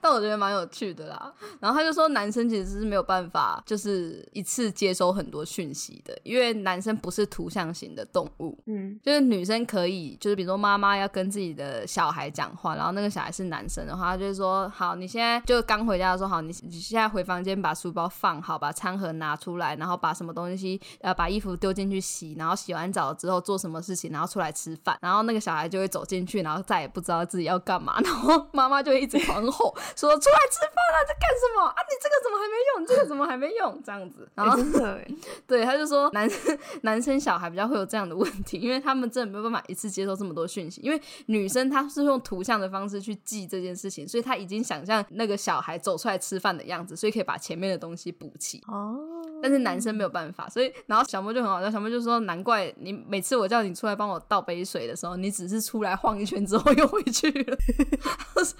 Speaker 2: 但我觉得蛮有趣的啦。然后他就说，男生其实是没有办法，就是一次接收很多讯息的，因为男生不是图像型的动物，
Speaker 1: 嗯，
Speaker 2: 就是女生可以，就是比如说妈妈要跟自己的小孩讲话，然后那个小孩是男生的话，她就会说：“好，你现在就刚回家的时候，好，你你现在回房间把书包放好，把餐盒拿出来，然后把什么东西呃把衣服丢进去洗，然后洗完澡之后做什么事情，然后出来吃饭。”然后那个小孩就会走进去，然后再也不知道自己要干嘛，然 后妈妈就会一直狂吼说：“出来吃饭啊，在干什么啊？你这个怎么还没用？你这个怎么还没用？”这样子，然
Speaker 1: 欸
Speaker 2: 后
Speaker 1: 真的欸，
Speaker 2: 对，他就说男生男生小孩比较会有这样的问题，因为他们真的没有办法一次接受这么多讯息。因为女生她是用图像的方式去记这件事情，所以她已经想象那个小孩走出来吃饭的样子，所以可以把前面的东西补齐。
Speaker 1: 哦，
Speaker 2: 但是男生没有办法，所以然后小莫就很好笑，小莫就说：“难怪你每次我叫你出来帮我倒杯水的时候，你只是出来晃一圈之后又回去了。” 他说：“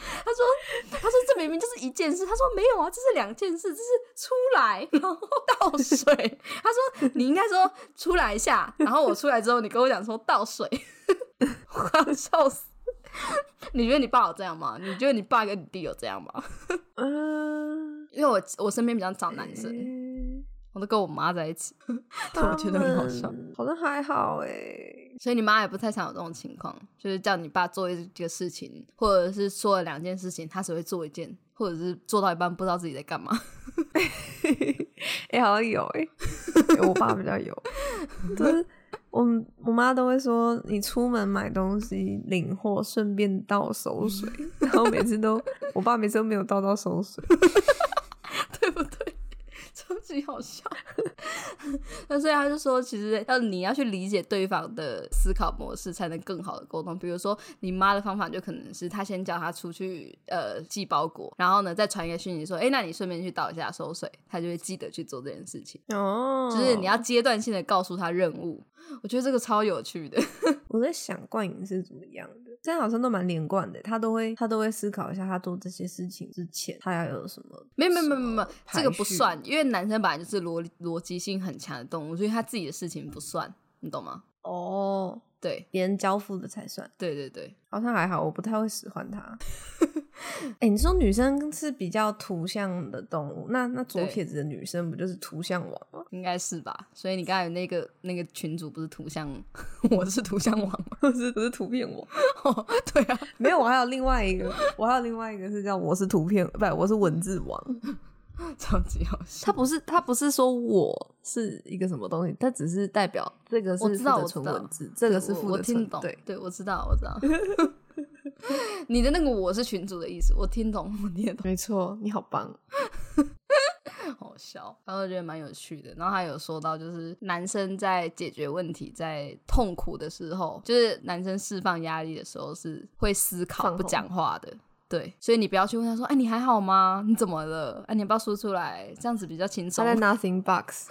Speaker 2: 他说这明明就是一件事。”他说：“没有啊，这是两件事，这是出来然后倒水。” 他说：“你应该说出来一下，然后我出来之后，你跟我讲说倒水。” 我要笑死！你觉得你爸有这样吗？你觉得你爸跟你弟有这样吗？
Speaker 1: 嗯，
Speaker 2: 因为我我身边比较少男生，我都跟我妈在一起。 但 我觉得很好笑
Speaker 1: 他们，好像还好哎。
Speaker 2: 所以你妈也不太常有这种情况，就是叫你爸做一个事情，或者是做了两件事情，他只会做一件，或者是做到一半不知道自己在干嘛。
Speaker 1: 哎、好像有哎、欸我爸比较有， 就是我们我妈都会说，你出门买东西领货，顺便倒手 水，然后每次都，我爸每次都没有倒到手水，
Speaker 2: 对不对？超级好笑。 那所以他就说，其实要你要去理解对方的思考模式，才能更好的沟通。比如说，你妈的方法就可能是她先叫他出去呃寄包裹，然后呢再传一个讯息说，哎，那你顺便去倒一下收水，他就会记得去做这件事情。
Speaker 1: 哦
Speaker 2: 就是你要阶段性的告诉他任务，我觉得这个超有趣的。
Speaker 1: 我在想冠颖是怎么样的，现在好像都蛮连贯的，他都会他都会思考一下，他做这些事情之前他要有什么，
Speaker 2: 没有没有没有
Speaker 1: 什么
Speaker 2: 没有，
Speaker 1: 排
Speaker 2: 这个不
Speaker 1: 序
Speaker 2: 算，因为男生本来就是逻逻辑性很强的动物，所以他自己的事情不算，你懂吗？
Speaker 1: 哦，
Speaker 2: 对
Speaker 1: 别人交付的才算，
Speaker 2: 对对对，
Speaker 1: 好像还好，我不太会使唤 他。哎、你说女生是比较图像的动物，那那左
Speaker 2: 对
Speaker 1: 撇子的女生不就是图像王吗？
Speaker 2: 应该是吧？所以你刚才那个那个群主不是图像， 我是图像王吗？
Speaker 1: 不是不是图片王，
Speaker 2: 哦 对啊，
Speaker 1: 没有，我还有另外一个，我还有另外一个是叫我是图片，不，我是文字王。
Speaker 2: 超级好笑
Speaker 1: 他。不是他不是说我是一个什么东西，他只是代表这个是
Speaker 2: 我知道
Speaker 1: 负责
Speaker 2: 我知
Speaker 1: 纯
Speaker 2: 道
Speaker 1: 文字，这个是
Speaker 2: 我
Speaker 1: 负
Speaker 2: 我
Speaker 1: 责
Speaker 2: 听
Speaker 1: 纯
Speaker 2: 懂，
Speaker 1: 对，
Speaker 2: 我知道我知道。 你的那个我是群主的意思，我听懂，我听得懂。
Speaker 1: 没错，你好棒。
Speaker 2: 好好笑，然后我觉得蛮有趣的。然后他有说到，就是男生在解决问题、在痛苦的时候，就是男生释放压力的时候是会思考
Speaker 1: 放
Speaker 2: 不
Speaker 1: 空
Speaker 2: 讲话的。对，所以你不要去问他说：“哎，你还好吗？你怎么了？哎，你要不要说出来？这样子比较轻松
Speaker 1: 他。在 Nothing Box，”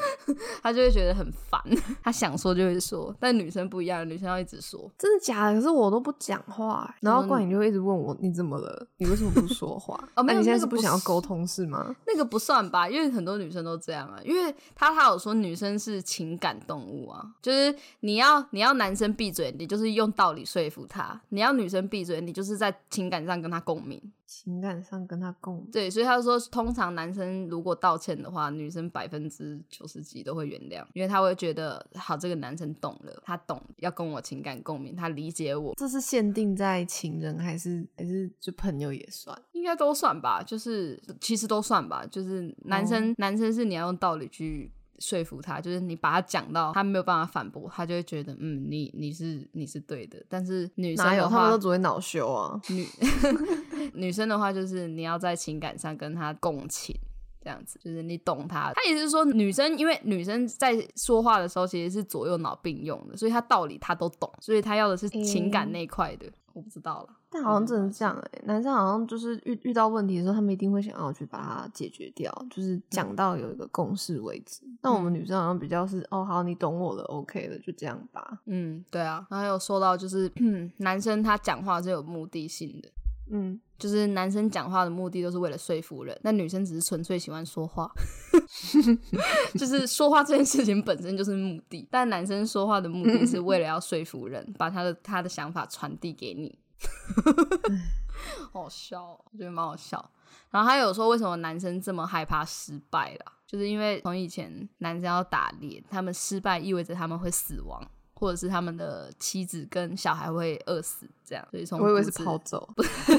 Speaker 2: 他就会觉得很烦， 他想说就会说，但女生不一样，女生要一直说。
Speaker 1: 真的假的？可是我都不讲话、欸然后
Speaker 2: 嗯
Speaker 1: 冠宇就会一直问我你怎么了？你为什么不说话？
Speaker 2: 哦
Speaker 1: 那
Speaker 2: 没有
Speaker 1: 你现在
Speaker 2: 那
Speaker 1: 是
Speaker 2: 个
Speaker 1: 不
Speaker 2: 不
Speaker 1: 想要
Speaker 2: 是
Speaker 1: 沟通是吗？
Speaker 2: 那个不算吧，因为很多女生都这样啊。因为他他有说女生是情感动物啊，就是你要你要男生闭嘴，你就是用道理说服他；你要女生闭嘴，你就是在情感上跟他共鸣。
Speaker 1: 情感上跟他共鸣，
Speaker 2: 对，所以他说，通常男生如果道歉的话，女生百分之九十几都会原谅，因为他会觉得好，这个男生懂了，他懂要跟我情感共鸣，他理解我，
Speaker 1: 这是限定在情人还是还是就朋友也算？
Speaker 2: 应该都算吧，就是其实都算吧，就是男生、
Speaker 1: 哦
Speaker 2: 男生是你要用道理去说服他，就是你把他讲到他没有办法反驳，他就会觉得嗯，你你是你是对的。但是女生
Speaker 1: 哪有？
Speaker 2: 的
Speaker 1: 他们
Speaker 2: 话
Speaker 1: 都，只会恼羞啊！
Speaker 2: 女女生的话就是你要在情感上跟他共情。这样子就是你懂他，他也是说女生，因为女生在说话的时候其实是左右脑并用的，所以她道理她都懂，所以她要的是情感
Speaker 1: 嗯
Speaker 2: 那一块的，我不知道了。
Speaker 1: 但好像真的是这样哎、男生好像就是遇遇到问题的时候，他们一定会想要去把它解决掉，就是讲到有一个共识为止。但我们女生好像比较是哦，好，你懂我了，OK 了，就这样吧。
Speaker 2: 嗯，对啊，然后有说到就是 男生他讲话是有目的性的，
Speaker 1: 嗯，
Speaker 2: 就是男生讲话的目的都是为了说服人，那女生只是纯粹喜欢 说话，就是说话这件事情本身就是目的，但男生说话的目的是为了要说服人，把他的他的想法传递给 你，好笑哦、我觉得蛮好笑。然后他有说为什么男生这么害怕失败啦，就是因为从以前男生要打猎，他们失败意味着他们会死亡。或者是他们的妻子跟小孩会饿死，这样，所以从
Speaker 1: 我以为
Speaker 2: 骨
Speaker 1: 是
Speaker 2: 子
Speaker 1: 跑 走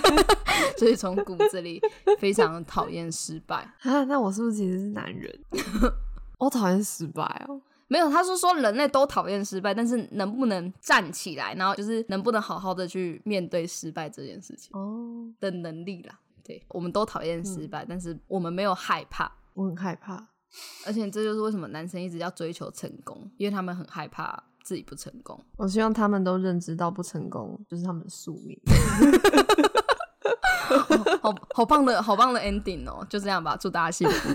Speaker 2: 所以从骨子里非常讨厌失败。
Speaker 1: 啊，那我是不是其实是男人？ 我讨厌失败哦，
Speaker 2: 没有，他是说人类都讨厌失败，但是能不能站起来，然后就是能不能好好的去面对失败这件事情
Speaker 1: 哦，
Speaker 2: 的能力啦。对，我们都讨厌
Speaker 1: 嗯
Speaker 2: 失败，但是我们没有害怕，
Speaker 1: 我很害怕。
Speaker 2: 而且这就是为什么男生一直要追求成功，因为他们很害怕自己不成功。
Speaker 1: 我希望他们都认知到不成功就是他们的宿命。
Speaker 2: 哦好好棒的好棒的 ending 哦，就这样吧，祝大家 幸福，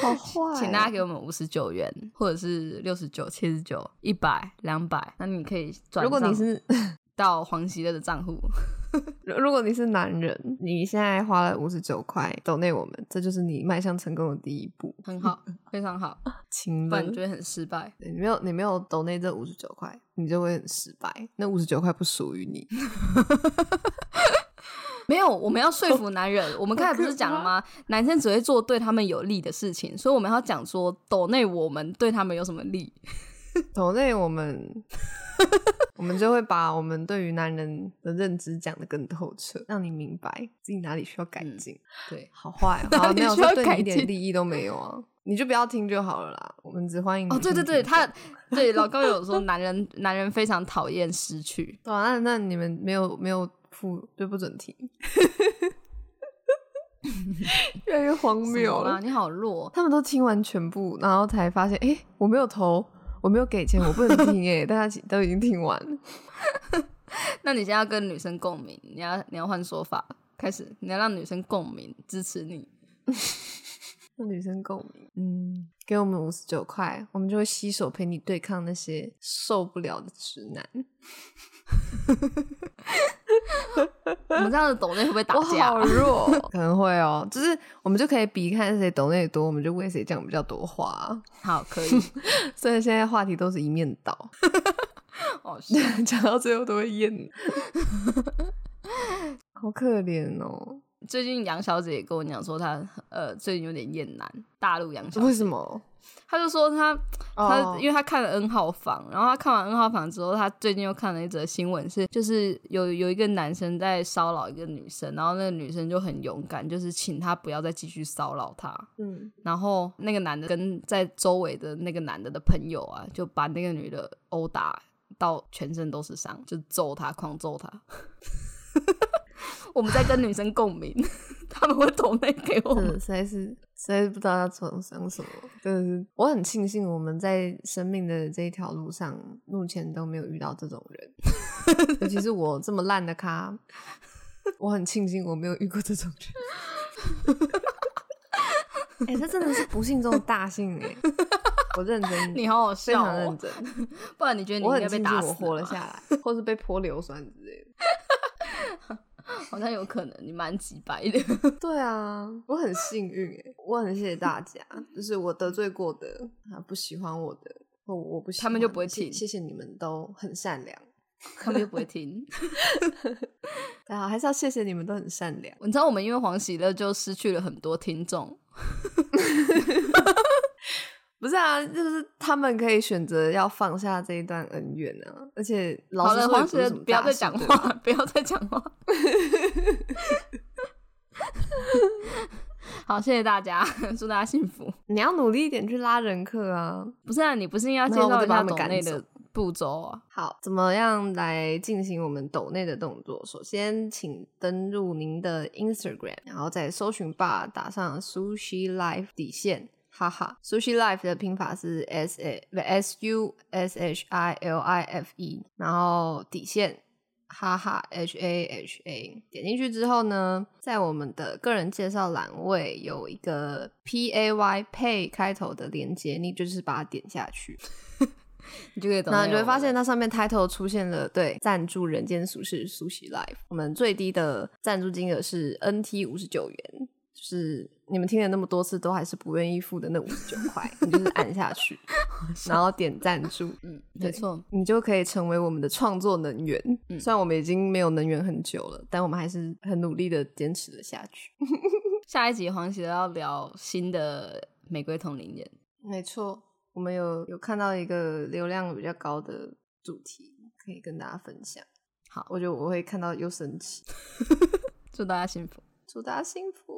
Speaker 1: 好坏 哦、
Speaker 2: 请大家给我们五十九元，或者是六十九、七十九、一百、两百，那你可以转账。
Speaker 1: 如果你是
Speaker 2: 到黄喜乐的账户。
Speaker 1: 如如果你是男人，你现在花了五十九块抖内我们，这就是你迈向成功的第一步。
Speaker 2: 很好，非常好，
Speaker 1: 亲
Speaker 2: 不然
Speaker 1: 了
Speaker 2: 你，觉得很失败。
Speaker 1: 对你没有你没有抖内这五十九块，你就会很失败。那五十九块不属于你。
Speaker 2: 没有，我们要说服男人。我们刚才不是讲了吗？男生只会做对他们有利的事情，所以我们要讲说抖内我们对他们有什么利。
Speaker 1: 抖内我 们，我们就会把我们对于男人的认知讲得更透彻，让你明白自己哪里需要改进。
Speaker 2: 对，
Speaker 1: 好坏、哦，
Speaker 2: 嗯哪
Speaker 1: 好
Speaker 2: 里
Speaker 1: 没有
Speaker 2: 需要
Speaker 1: 这对你
Speaker 2: 改
Speaker 1: 一点
Speaker 2: 进
Speaker 1: 利益都没有啊，你就不要听就好了啦。我们只欢迎你
Speaker 2: 哦，对对
Speaker 1: 听
Speaker 2: 对，
Speaker 1: 听
Speaker 2: 他对老高有说，男人男人非常讨厌失去。
Speaker 1: 对啊，那那你们没有没有付就不准提，越来越荒谬
Speaker 2: 什么
Speaker 1: 了
Speaker 2: 啦，。你好弱。
Speaker 1: 他们都听完全部，然后才发现，哎、我没有投，我没有给钱，我不能听哎、 大家其都已经听完了，
Speaker 2: 那你现在要跟女生共鸣，你要你要换说法，开始你要让女生共鸣，支持你。
Speaker 1: 那女生共鸣，嗯，给我们五十九块，我们就会携手陪你对抗那些受不了的直男。
Speaker 2: 我们这样的抖内会不会打
Speaker 1: 我
Speaker 2: 架
Speaker 1: 好？弱，可能会哦，就是我们就可以比看谁懂得多，我们就为谁讲比较多话啊。
Speaker 2: 好，可以，
Speaker 1: 所以现在话题都是一面倒，
Speaker 2: 好笑。
Speaker 1: 讲到最后都会厌， 好可怜哦。
Speaker 2: 最近杨小姐也跟我讲说她，呃最近有点厌男，大陆杨小姐，
Speaker 1: 为什 么？
Speaker 2: 她就说她她、
Speaker 1: 哦
Speaker 2: 因为她看了 N 号房，然后她看完 N 号房之后，她最近又看了一则新闻是，就是有有一个男生在骚扰一个女生，然后那个女生就很勇敢，就是请他不要再继续骚扰她，
Speaker 1: 嗯，
Speaker 2: 然后那个男的跟在周围的那个男的的朋友啊，就把那个女的殴打到全身都是伤，就揍她，狂揍她。 我们在跟女生共鸣， 他们会投内给 我
Speaker 1: 真
Speaker 2: 们。
Speaker 1: 的实在是实在是不知道要从想什么，真的是我很庆幸我们在生命的这一条路上，目前都没有遇到这种人， 尤其是我这么烂的咖，我很庆幸我没有遇过这种人。 哎、这真的是不幸中的大幸哎、我认真，
Speaker 2: 你好好
Speaker 1: 非
Speaker 2: 笑、
Speaker 1: 常认
Speaker 2: 哦，
Speaker 1: 真，
Speaker 2: 不然你觉得你
Speaker 1: 我很
Speaker 2: 应该被
Speaker 1: 庆
Speaker 2: 打
Speaker 1: 幸
Speaker 2: 死
Speaker 1: 我活了
Speaker 2: 吗
Speaker 1: 下来，或是被泼硫酸之类的。
Speaker 2: 好像有可能，你蛮几白的。
Speaker 1: 对啊， 我很幸运哎，我很谢谢大 家，就是我得罪过的啊，不喜欢我的，或我不喜欢的，
Speaker 2: 他们就不会
Speaker 1: 谢
Speaker 2: 听
Speaker 1: 谢谢你们都很善良，
Speaker 2: 他们又不会听。
Speaker 1: 啊，还是要谢谢你们都很善良。
Speaker 2: 你知道我们因为黄喜乐就失去了很多听众，
Speaker 1: 不是啊，就是他们可以选择要放下这一段恩怨啊，而且老
Speaker 2: 好
Speaker 1: 师
Speaker 2: 了，
Speaker 1: 说也
Speaker 2: 黄
Speaker 1: 不
Speaker 2: 喜
Speaker 1: 是
Speaker 2: 乐
Speaker 1: 什么
Speaker 2: 不要
Speaker 1: 大
Speaker 2: 再
Speaker 1: 事
Speaker 2: 讲
Speaker 1: 对
Speaker 2: 话
Speaker 1: 吧，
Speaker 2: 不要再讲话。好，谢谢大家， 祝大家幸福。
Speaker 1: 你要努力一点去拉人课啊。
Speaker 2: 不是啊，你不是应该介
Speaker 1: 那我
Speaker 2: 绍
Speaker 1: 就
Speaker 2: 一
Speaker 1: 把
Speaker 2: 下
Speaker 1: 他们
Speaker 2: 抖
Speaker 1: 赶
Speaker 2: 内
Speaker 1: 走
Speaker 2: 的步骤啊？
Speaker 1: 好，怎么样来进行我们抖内的动作？首先，请登入您的 Instagram，然后在搜寻 bar 打上 Sushi Life 底线，哈哈，Sushi Life 的拼法是 S A 不 S U S H I L I F E，然后底线。哈哈，H A H A，点进去之后呢，在我们的个人介绍栏位有一个 P A Y Pay 开头的连接，你就是把它点下去。
Speaker 2: 你就可以抖内
Speaker 1: 那你就会
Speaker 2: 我
Speaker 1: 发
Speaker 2: 们
Speaker 1: 现，它上面 title 出现了对赞助人间俗世苏西 life，我们最低的赞助金额是 NT 五十九元，就是你们听了那么多次都还是不愿意付的那五十九块，你就是按下去，然后点赞助，
Speaker 2: 嗯，
Speaker 1: 对
Speaker 2: 没错，
Speaker 1: 你就可以成为我们的创作能源。
Speaker 2: 嗯
Speaker 1: 虽然我们已经没有能源很久了，但我们还是很努力的坚持了下去。
Speaker 2: 下一集黄喜乐要聊新的玫瑰同龄人，
Speaker 1: 没错，我们有有看到一个流量比较高的主题，可以跟大家分享。
Speaker 2: 好
Speaker 1: 我觉得我会看到又生气。
Speaker 2: 祝大家幸福。
Speaker 1: 祝大家幸福。